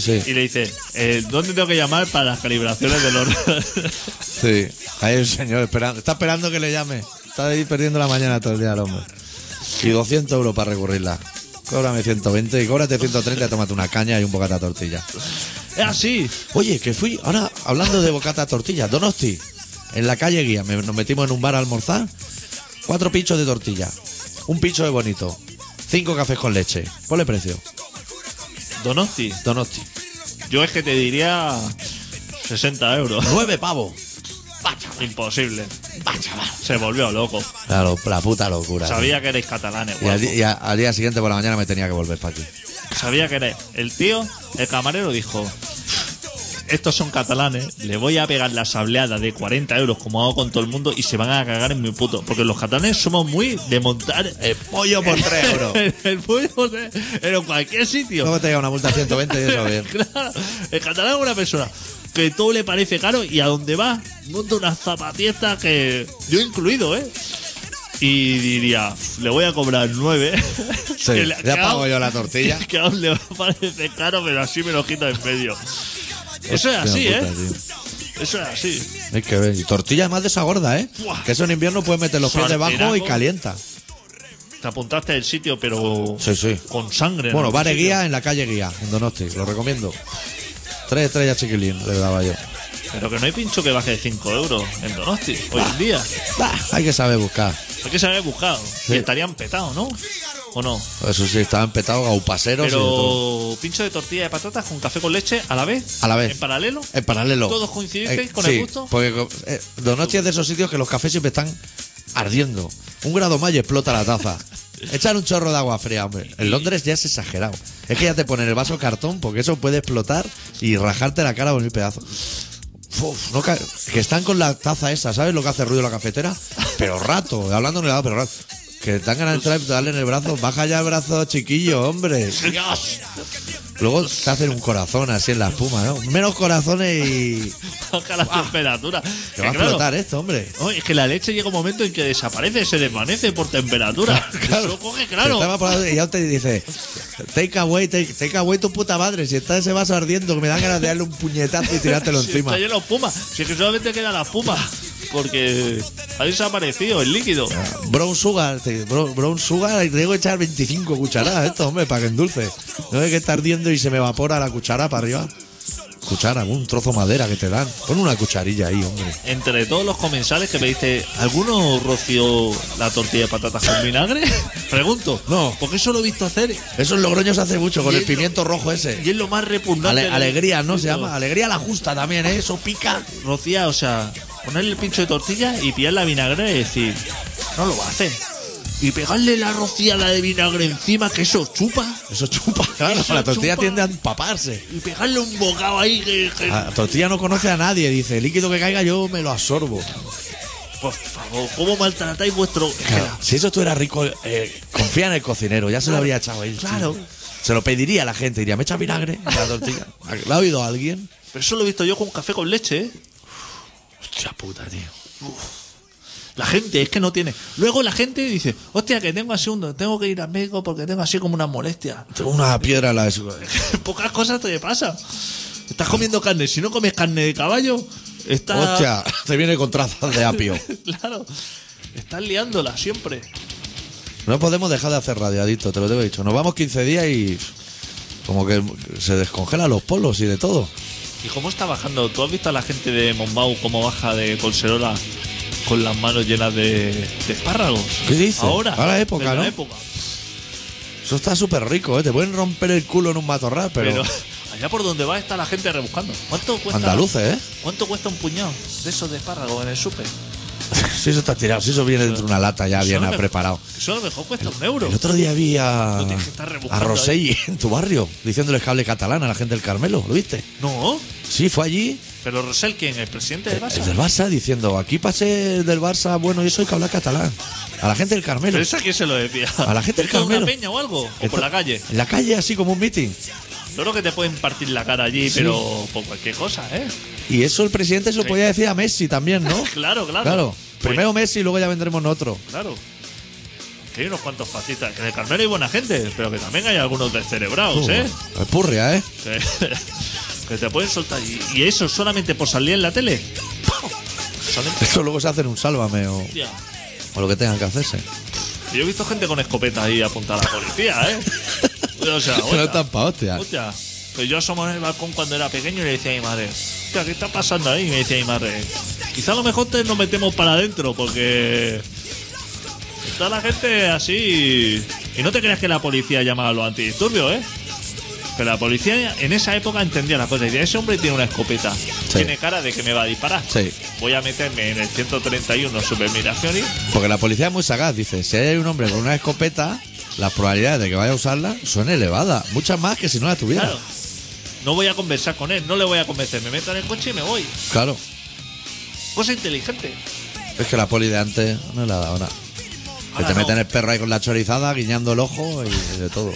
Speaker 2: sí, sí.
Speaker 3: y le dice, eh, ¿dónde tengo que llamar para las calibraciones del orden?
Speaker 2: Sí. Hay un señor esperando. Está esperando que le llame. Está ahí perdiendo la mañana todo el día el hombre. Y 200 euros para recurrirla. Cóbrame 120 y cóbrate 130 y tómate una caña y un bocata de tortilla.
Speaker 3: es así.
Speaker 2: Oye, que fui, ahora hablando de bocata de tortilla, Donosti, en la calle Guía, me- nos metimos en un bar a almorzar, cuatro pinchos de tortilla, un pincho de bonito, cinco cafés con leche. Ponle precio,
Speaker 3: Donosti,
Speaker 2: Donosti.
Speaker 3: yo es que te diría 60 euros.
Speaker 2: Nueve pavos.
Speaker 3: Imposible. Se volvió loco.
Speaker 2: Claro, la puta locura.
Speaker 3: Sabía que erais catalanes,
Speaker 2: Y, al,
Speaker 3: guapo.
Speaker 2: di- y a- al día siguiente por la mañana me tenía que volver para aquí.
Speaker 3: Sabía que era él. el tío, el camarero dijo, estos son catalanes, le voy a pegar la sableada de 40 euros como hago con todo el mundo y se van a cagar en mi puto. Porque los catalanes somos muy de montar
Speaker 2: El pollo por tres euros.
Speaker 3: el fútbol de- en cualquier sitio.
Speaker 2: Luego te llega una multa de 120 y eso bien.
Speaker 3: Claro, el catalán es una persona que todo le parece caro y a donde va monta unas zapatillas que yo incluido, ¿eh? Y diría, le voy a cobrar nueve.
Speaker 2: Sí,
Speaker 3: Que le-
Speaker 2: ya
Speaker 3: que
Speaker 2: pago
Speaker 3: aún-
Speaker 2: yo la tortilla.
Speaker 3: Que aún le parece caro, pero así me lo quito en medio. Eso es
Speaker 2: Hostia
Speaker 3: así,
Speaker 2: puta,
Speaker 3: ¿eh?
Speaker 2: tío.
Speaker 3: Eso es así.
Speaker 2: Hay que ver. Y tortilla además de esa gorda, ¿eh?
Speaker 3: Buah.
Speaker 2: Que eso en invierno puedes meter los pies debajo y
Speaker 3: Sartenaco.
Speaker 2: calienta.
Speaker 3: Te apuntaste el sitio, pero
Speaker 2: Sí, sí.
Speaker 3: con sangre.
Speaker 2: Bueno,
Speaker 3: ¿no?
Speaker 2: Bares
Speaker 3: Sí,
Speaker 2: Guía en la calle Guía, en Donosti, lo recomiendo. Tres estrellas chiquilín, le daba yo.
Speaker 3: Pero que no hay pincho que baje de 5 euros en Donosti hoy en día.
Speaker 2: Bah, hay que saber buscar.
Speaker 3: Hay que saber buscado. Y estarían petados, ¿no? ¿O no?
Speaker 2: Eso sí, estaban petados gaupaseros y de todo.
Speaker 3: Pero pincho de tortilla de patatas con café con leche a la vez.
Speaker 2: A la vez.
Speaker 3: En paralelo.
Speaker 2: En Eh, paralelo.
Speaker 3: ¿Todos coincidisteis
Speaker 2: Eh,
Speaker 3: con
Speaker 2: sí,
Speaker 3: el gusto?
Speaker 2: Porque co- eh, Donosti es de esos sitios que los cafés siempre están ardiendo. Un grado más y explota la taza. Echar un chorro de agua fría, hombre. En Londres ya es exagerado. Es que ya te ponen el vaso cartón porque eso puede explotar y rajarte la cara por mil pedazos. Uf, no ca- que están con la taza esa, ¿sabes lo que hace ruido la cafetera? Pero rato, hablando en el lado, pero rato. Que te dan ganas de entrar y darle en el brazo. Baja ya el brazo, chiquillo, hombre.
Speaker 3: Dios.
Speaker 2: Luego te hacen un corazón así en la espuma, ¿no? Menos corazones y.
Speaker 3: Baja la temperatura.
Speaker 2: Que va a explotar esto, hombre.
Speaker 3: Oye, es que la leche llega un momento en que desaparece, se desvanece por temperatura. Eso coge, claro.
Speaker 2: Te estaba por ahí Y ya te dice, take away, take, take away tu puta madre. Si está ese vaso ardiendo, que me dan ganas de darle un puñetazo y tirártelo
Speaker 3: Si
Speaker 2: encima.
Speaker 3: Está lleno de espuma. Si es que solamente queda la espuma. Porque ha desaparecido el líquido.
Speaker 2: Brown sugar, te- bro- brown sugar, y tengo que echar 25 cucharadas a esto, hombre, para que endulce. No es que está ardiendo y se me evapora la cuchara para arriba. Cuchara, un trozo de madera que te dan. Pon una cucharilla ahí, hombre.
Speaker 3: Entre todos los comensales que me dice, ¿alguno roció la tortilla de patatas con vinagre? Pregunto.
Speaker 2: No.
Speaker 3: Porque eso lo he visto hacer
Speaker 2: Eso en Logroño se hace mucho, con el
Speaker 3: Hielo.
Speaker 2: pimiento rojo ese.
Speaker 3: y es lo más repugnante.
Speaker 2: Ale-
Speaker 3: del
Speaker 2: alegría, ¿no? Se
Speaker 3: mundo.
Speaker 2: llama. Alegría la justa también, ¿eh? Eso pica.
Speaker 3: Rocía, o sea, ponerle el pincho de tortilla y pillar la vinagre y decir, no lo va a hacer. Y pegarle la rociada de vinagre encima, que eso chupa.
Speaker 2: Eso chupa, claro.
Speaker 3: Eso
Speaker 2: la tortilla
Speaker 3: chupa.
Speaker 2: tiende a empaparse.
Speaker 3: Y pegarle un bocado ahí que... que-
Speaker 2: La tortilla no conoce a nadie, dice. El líquido que caiga yo me lo absorbo.
Speaker 3: Por favor, ¿cómo maltratáis vuestro...
Speaker 2: Si eso tú eras rico, eh, confía en el cocinero, ya se lo habría echado él.
Speaker 3: Claro.
Speaker 2: Se lo pediría a la gente, diría, ¿me echa vinagre en la tortilla? ¿La ha oído alguien?
Speaker 3: Pero eso lo he visto yo con café con leche, ¿eh? Hostia puta, tío. Uf. La gente es que no tiene. Luego la gente dice, hostia, que tengo así un... Tengo que ir al médico porque tengo así como una molestia.
Speaker 2: Tengo una piedra en la
Speaker 3: Pocas cosas te pasan. Estás comiendo carne. Si no comes carne de caballo, estás...
Speaker 2: Hostia, te viene con trazas de apio.
Speaker 3: claro. Estás liándola siempre.
Speaker 2: No podemos dejar de hacer radiadito, te lo tengo dicho. Nos vamos 15 días y como que se descongelan los polos y de todo.
Speaker 3: ¿Y cómo está bajando? ¿Tú has visto a la gente de Montbau cómo baja de Colserola con las manos llenas de, de espárragos?
Speaker 2: ¿Qué dices?
Speaker 3: Ahora.
Speaker 2: Ahora época,
Speaker 3: de la
Speaker 2: ¿no?
Speaker 3: época.
Speaker 2: Eso está súper rico, ¿eh? Te pueden romper el culo en un matorral,
Speaker 3: Pero
Speaker 2: pero...
Speaker 3: allá por donde va está la gente rebuscando. ¿Cuánto cuesta?
Speaker 2: Andaluces, ¿eh?
Speaker 3: ¿Cuánto cuesta un puñado de esos de espárragos en el súper?
Speaker 2: Si eso está tirado, si eso viene dentro de una lata ya
Speaker 3: Eso a
Speaker 2: bien
Speaker 3: lo mejor-
Speaker 2: preparado.
Speaker 3: Eso a lo mejor cuesta un euro.
Speaker 2: El otro día vi a,
Speaker 3: Lo tienes que estar
Speaker 2: a
Speaker 3: rebuscando
Speaker 2: Rosell en tu barrio diciéndoles que hable catalán a la gente del Carmelo, ¿lo viste?
Speaker 3: No.
Speaker 2: Sí, fue allí,
Speaker 3: Pero Rosel, ¿quién? ¿El presidente del Barça?
Speaker 2: el del Barça, diciendo, aquí pasé del Barça, bueno, yo soy que habla catalán. A la gente del Carmelo.
Speaker 3: ¿Pero esa quién se lo decía?
Speaker 2: A la gente del
Speaker 3: ¿Esto en una
Speaker 2: Carmelo.
Speaker 3: peña o algo? ¿O
Speaker 2: Esto-
Speaker 3: por la calle?
Speaker 2: En la calle, así como un meeting.
Speaker 3: Yo creo que te pueden partir la cara allí,
Speaker 2: Sí.
Speaker 3: pero por cualquier cosa, ¿eh?
Speaker 2: Y eso el presidente se lo
Speaker 3: Sí.
Speaker 2: podía decir a Messi también, ¿no?
Speaker 3: Claro, claro.
Speaker 2: Claro.
Speaker 3: Pues-
Speaker 2: Primero Messi y luego ya vendremos nosotros.
Speaker 3: Claro. Que hay unos cuantos facitas. Que en el Carmelo hay buena gente, pero que también hay algunos descerebrados,
Speaker 2: Uh,
Speaker 3: ¿eh?
Speaker 2: es Purria, ¿eh?
Speaker 3: Que, que te pueden soltar. Y, y eso solamente por salir en la tele. Solamente.
Speaker 2: Eso luego se hacen un sálvame o,
Speaker 3: Hostia.
Speaker 2: o lo que tengan que hacerse.
Speaker 3: Yo he visto gente con escopeta ahí apuntada a la policía, ¿eh? O sea,
Speaker 2: Pero
Speaker 3: hostia.
Speaker 2: están pa' hostias.
Speaker 3: Hostia, que yo asomaba en el balcón cuando era pequeño y le decía a mi madre, hostia, ¿qué está pasando ahí? Y me decía mi madre, quizá a lo mejor te nos metemos para adentro porque está la gente así. Y no te creas que la policía llamaba a los antidisturbios, ¿eh? Que la policía en esa época entendía la cosa y decía, ese hombre tiene una escopeta, tiene cara de que me va a disparar.
Speaker 2: Sí.
Speaker 3: Voy a meterme en el 131 Supermigraciones.
Speaker 2: Porque la policía es muy sagaz, dice, si hay un hombre con una escopeta, las probabilidades de que vaya a usarla son elevadas, muchas más que si no la tuviera.
Speaker 3: Claro. No voy a conversar con él, no le voy a convencer, me meto en el coche y me voy.
Speaker 2: Claro.
Speaker 3: Cosa inteligente.
Speaker 2: Es que la poli de antes no le ha dado nada. Que
Speaker 3: Ahora
Speaker 2: te
Speaker 3: Ah, no.
Speaker 2: meten el perro ahí con la chorizada, guiñando el ojo y de todo.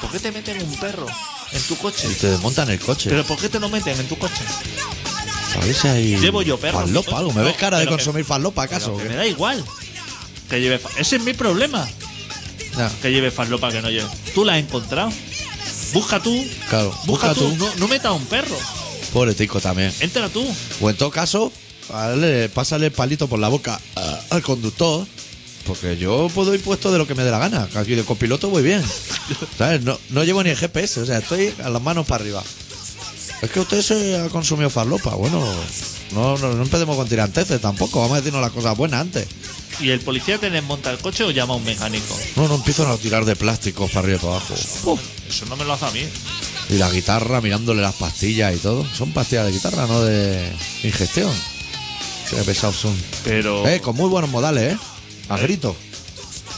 Speaker 3: ¿Por qué te meten un perro en tu coche?
Speaker 2: Y te desmontan el coche.
Speaker 3: ¿Pero por qué te lo meten en tu coche?
Speaker 2: A ver si hay
Speaker 3: Llevo yo perro.
Speaker 2: Falopa, algo. ¿Me
Speaker 3: No,
Speaker 2: ves cara de
Speaker 3: pero que-
Speaker 2: consumir falopa, acaso?
Speaker 3: Que
Speaker 2: o
Speaker 3: me
Speaker 2: qué?
Speaker 3: da igual. Que lleve fa- Ese es mi problema.
Speaker 2: Ya,
Speaker 3: Que lleve farlopa que no lleve. Tú la has encontrado. Busca tú.
Speaker 2: Claro, busca tú.
Speaker 3: No, no metas a un perro.
Speaker 2: Pobre tico también.
Speaker 3: Entra tú.
Speaker 2: O en todo caso, dale, pásale el palito por la boca ah, al conductor. Porque yo puedo ir puesto de lo que me dé la gana. que Aquí de copiloto voy bien. ¿Sabes? No, no llevo ni el GPS. O sea, estoy a las manos para arriba. Es que usted se ha consumido farlopa. Bueno, no, no, no empecemos con tiranteces tampoco. Vamos a decirnos las cosas buenas antes.
Speaker 3: ¿Y el policía te desmonta el coche o llama a un mecánico?
Speaker 2: No, no empiezan a tirar de plásticos para arriba y para abajo.
Speaker 3: Eso no me lo hace a mí.
Speaker 2: Y la guitarra mirándole las pastillas y todo. Son pastillas de guitarra, no de ingestión. Qué pesados son.
Speaker 3: Pero
Speaker 2: Eh, con muy buenos modales, ¿eh? A grito.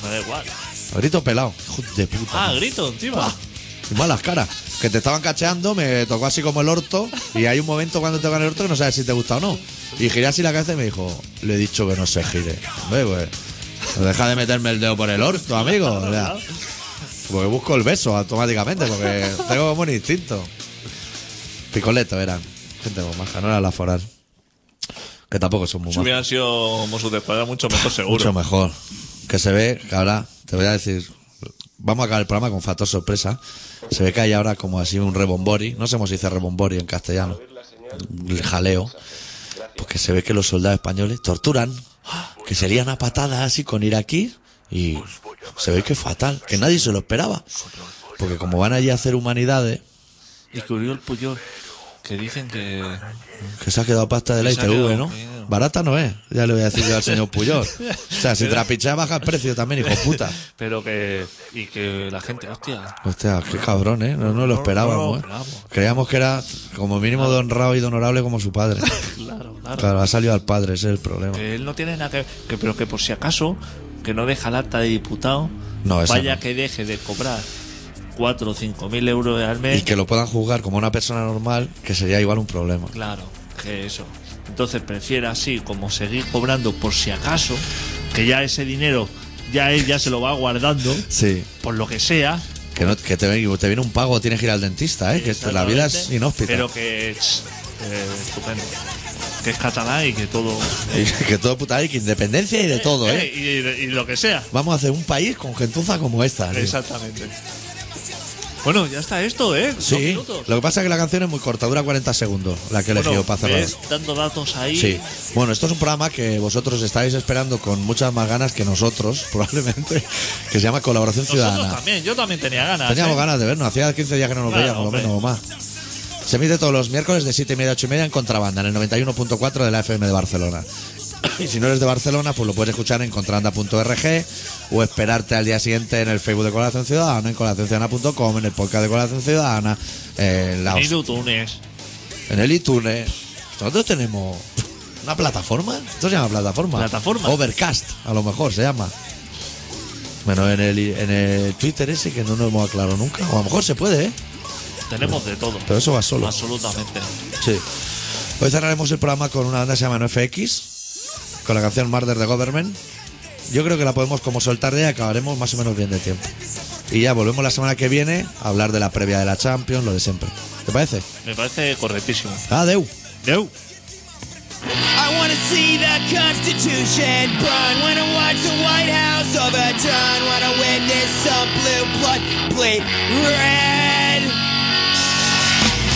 Speaker 3: me da igual.
Speaker 2: A grito pelado. Hijo de puta.
Speaker 3: Ah, grito encima.
Speaker 2: Y malas caras. Que te estaban cacheando, me tocó así como el orto. Y hay un momento cuando te tocan el orto que no sabes si te gusta o no. Y giré así la cabeza y me dijo, le he dicho que no se gire. Hombre, pues, deja de meterme el dedo por el orto, amigo. o sea, porque busco el beso automáticamente, porque tengo como un instinto. Picoleto eran. Gente con maja, no era la foral. Que tampoco son muy
Speaker 7: Si
Speaker 2: majas.
Speaker 7: hubieran sido Mossos de Escuadra, mucho mejor seguro.
Speaker 2: Mucho mejor. Que se ve que ahora, te voy a decir, vamos a acabar el programa con factor sorpresa. Se ve que hay ahora como así un rebombori, no sé cómo se dice rebombori en castellano, el jaleo, porque se ve que los soldados españoles torturan, que se lían a patadas así con ir aquí y se ve que es fatal, que nadie se lo esperaba. Porque como van allí a hacer humanidades,
Speaker 7: Y que Oriol Puyol, que dicen que...
Speaker 2: que se ha quedado pasta de la
Speaker 7: Se ha quedado
Speaker 2: ITV, ¿no?
Speaker 7: miedo.
Speaker 2: Barata no es, ya le voy a decir yo al señor Puyol. O sea, si trapichea baja el precio también, hijo puta.
Speaker 7: Pero que... Y que la gente... Hostia,
Speaker 2: Hostia, qué cabrón, ¿eh? No, no lo
Speaker 7: no lo
Speaker 2: esperábamos, ¿eh?
Speaker 7: esperábamos.
Speaker 2: Creíamos que era como mínimo de honrado y de honorable como su padre.
Speaker 7: claro, claro.
Speaker 2: Claro, ha salido al padre, ese es el problema.
Speaker 7: Que él no tiene nada que... que- pero que por si acaso, que no deja el acta de diputado,
Speaker 2: No, esa
Speaker 7: vaya
Speaker 2: no.
Speaker 7: que deje de cobrar 4 o 5 mil euros al mes.
Speaker 2: Y que lo puedan juzgar como una persona normal, que sería igual un problema.
Speaker 7: Claro, que eso. Entonces prefiere así como seguir cobrando por si acaso, que ya ese dinero ya él ya se lo va guardando,
Speaker 2: Sí.
Speaker 7: por lo que sea.
Speaker 2: Que, no, que te, ven- te viene un pago, tienes que ir al dentista, ¿eh? Que esto- la vida es
Speaker 7: Exactamente.
Speaker 2: inhóspita.
Speaker 7: Pero que es eh, estupendo. Que es catalán y que todo.
Speaker 2: Y que todo puta hay que independencia y de todo, ¿eh?
Speaker 7: Eh, y, y lo que sea.
Speaker 2: Vamos a hacer un país con gentuza como esta. tío.
Speaker 7: Exactamente. Bueno, ya está esto, ¿eh? Dos
Speaker 2: Sí.
Speaker 7: minutos.
Speaker 2: Lo que pasa es que la canción es muy corta, dura 40 segundos, la que he elegido
Speaker 7: Bueno,
Speaker 2: para cerrar.
Speaker 7: ves, dando datos ahí.
Speaker 2: Sí. Bueno, esto es un programa que vosotros estáis esperando con muchas más ganas que nosotros, probablemente, que se llama Colaboración
Speaker 7: Nosotros
Speaker 2: Ciudadana.
Speaker 7: también, yo también tenía ganas.
Speaker 2: Teníamos
Speaker 7: ¿eh?
Speaker 2: ganas de vernos, hacía 15 días que no nos
Speaker 7: Claro,
Speaker 2: veíamos, por lo
Speaker 7: hombre.
Speaker 2: menos o más. Se emite todos los miércoles de 7 y media a 8 y media en contrabanda, en el 91.4 de la FM de Barcelona. Y si no eres de Barcelona, pues lo puedes escuchar en contrabanda.org o esperarte al día siguiente en el Facebook de Colaboración Ciudadana, en colaboracionciudadana.com, en el podcast de Colaboración Ciudadana, en, la,
Speaker 7: Ni tunes.
Speaker 2: en el iTunes. Nosotros tenemos una plataforma. Esto se llama plataforma.
Speaker 7: Plataforma.
Speaker 2: Overcast, a lo mejor se llama. Bueno, en el, en el Twitter ese que no nos hemos aclarado nunca. O a lo mejor se puede, ¿eh?
Speaker 7: Tenemos de todo.
Speaker 2: Pero eso va solo.
Speaker 3: Ah,
Speaker 7: Absolutamente.
Speaker 2: Sí. Hoy cerraremos el programa con una banda que se llama NoFX, con la canción Murder the Government. Yo creo que la podemos como soltar de y acabaremos más o menos bien de tiempo. Y ya volvemos la semana que viene a hablar de la previa de la Champions, lo de siempre. ¿Te parece?
Speaker 7: Me parece correctísimo.
Speaker 2: Adeu.
Speaker 7: Deu.
Speaker 1: I wanna see the Constitution burn. Wanna watch the White House overturn. Wanna witness some blue blood bleed red.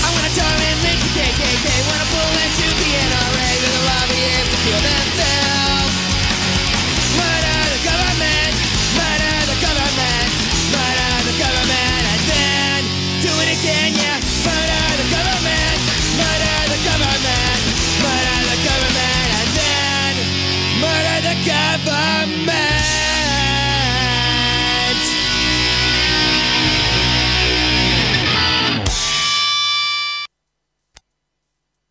Speaker 1: I wanna turn and link the KKK. Wanna pull into the NRA to the lobbyists to kill themselves. Murder the government. Murder the government. Murder the government and then do it again, yeah. Murder the government. Murder the government.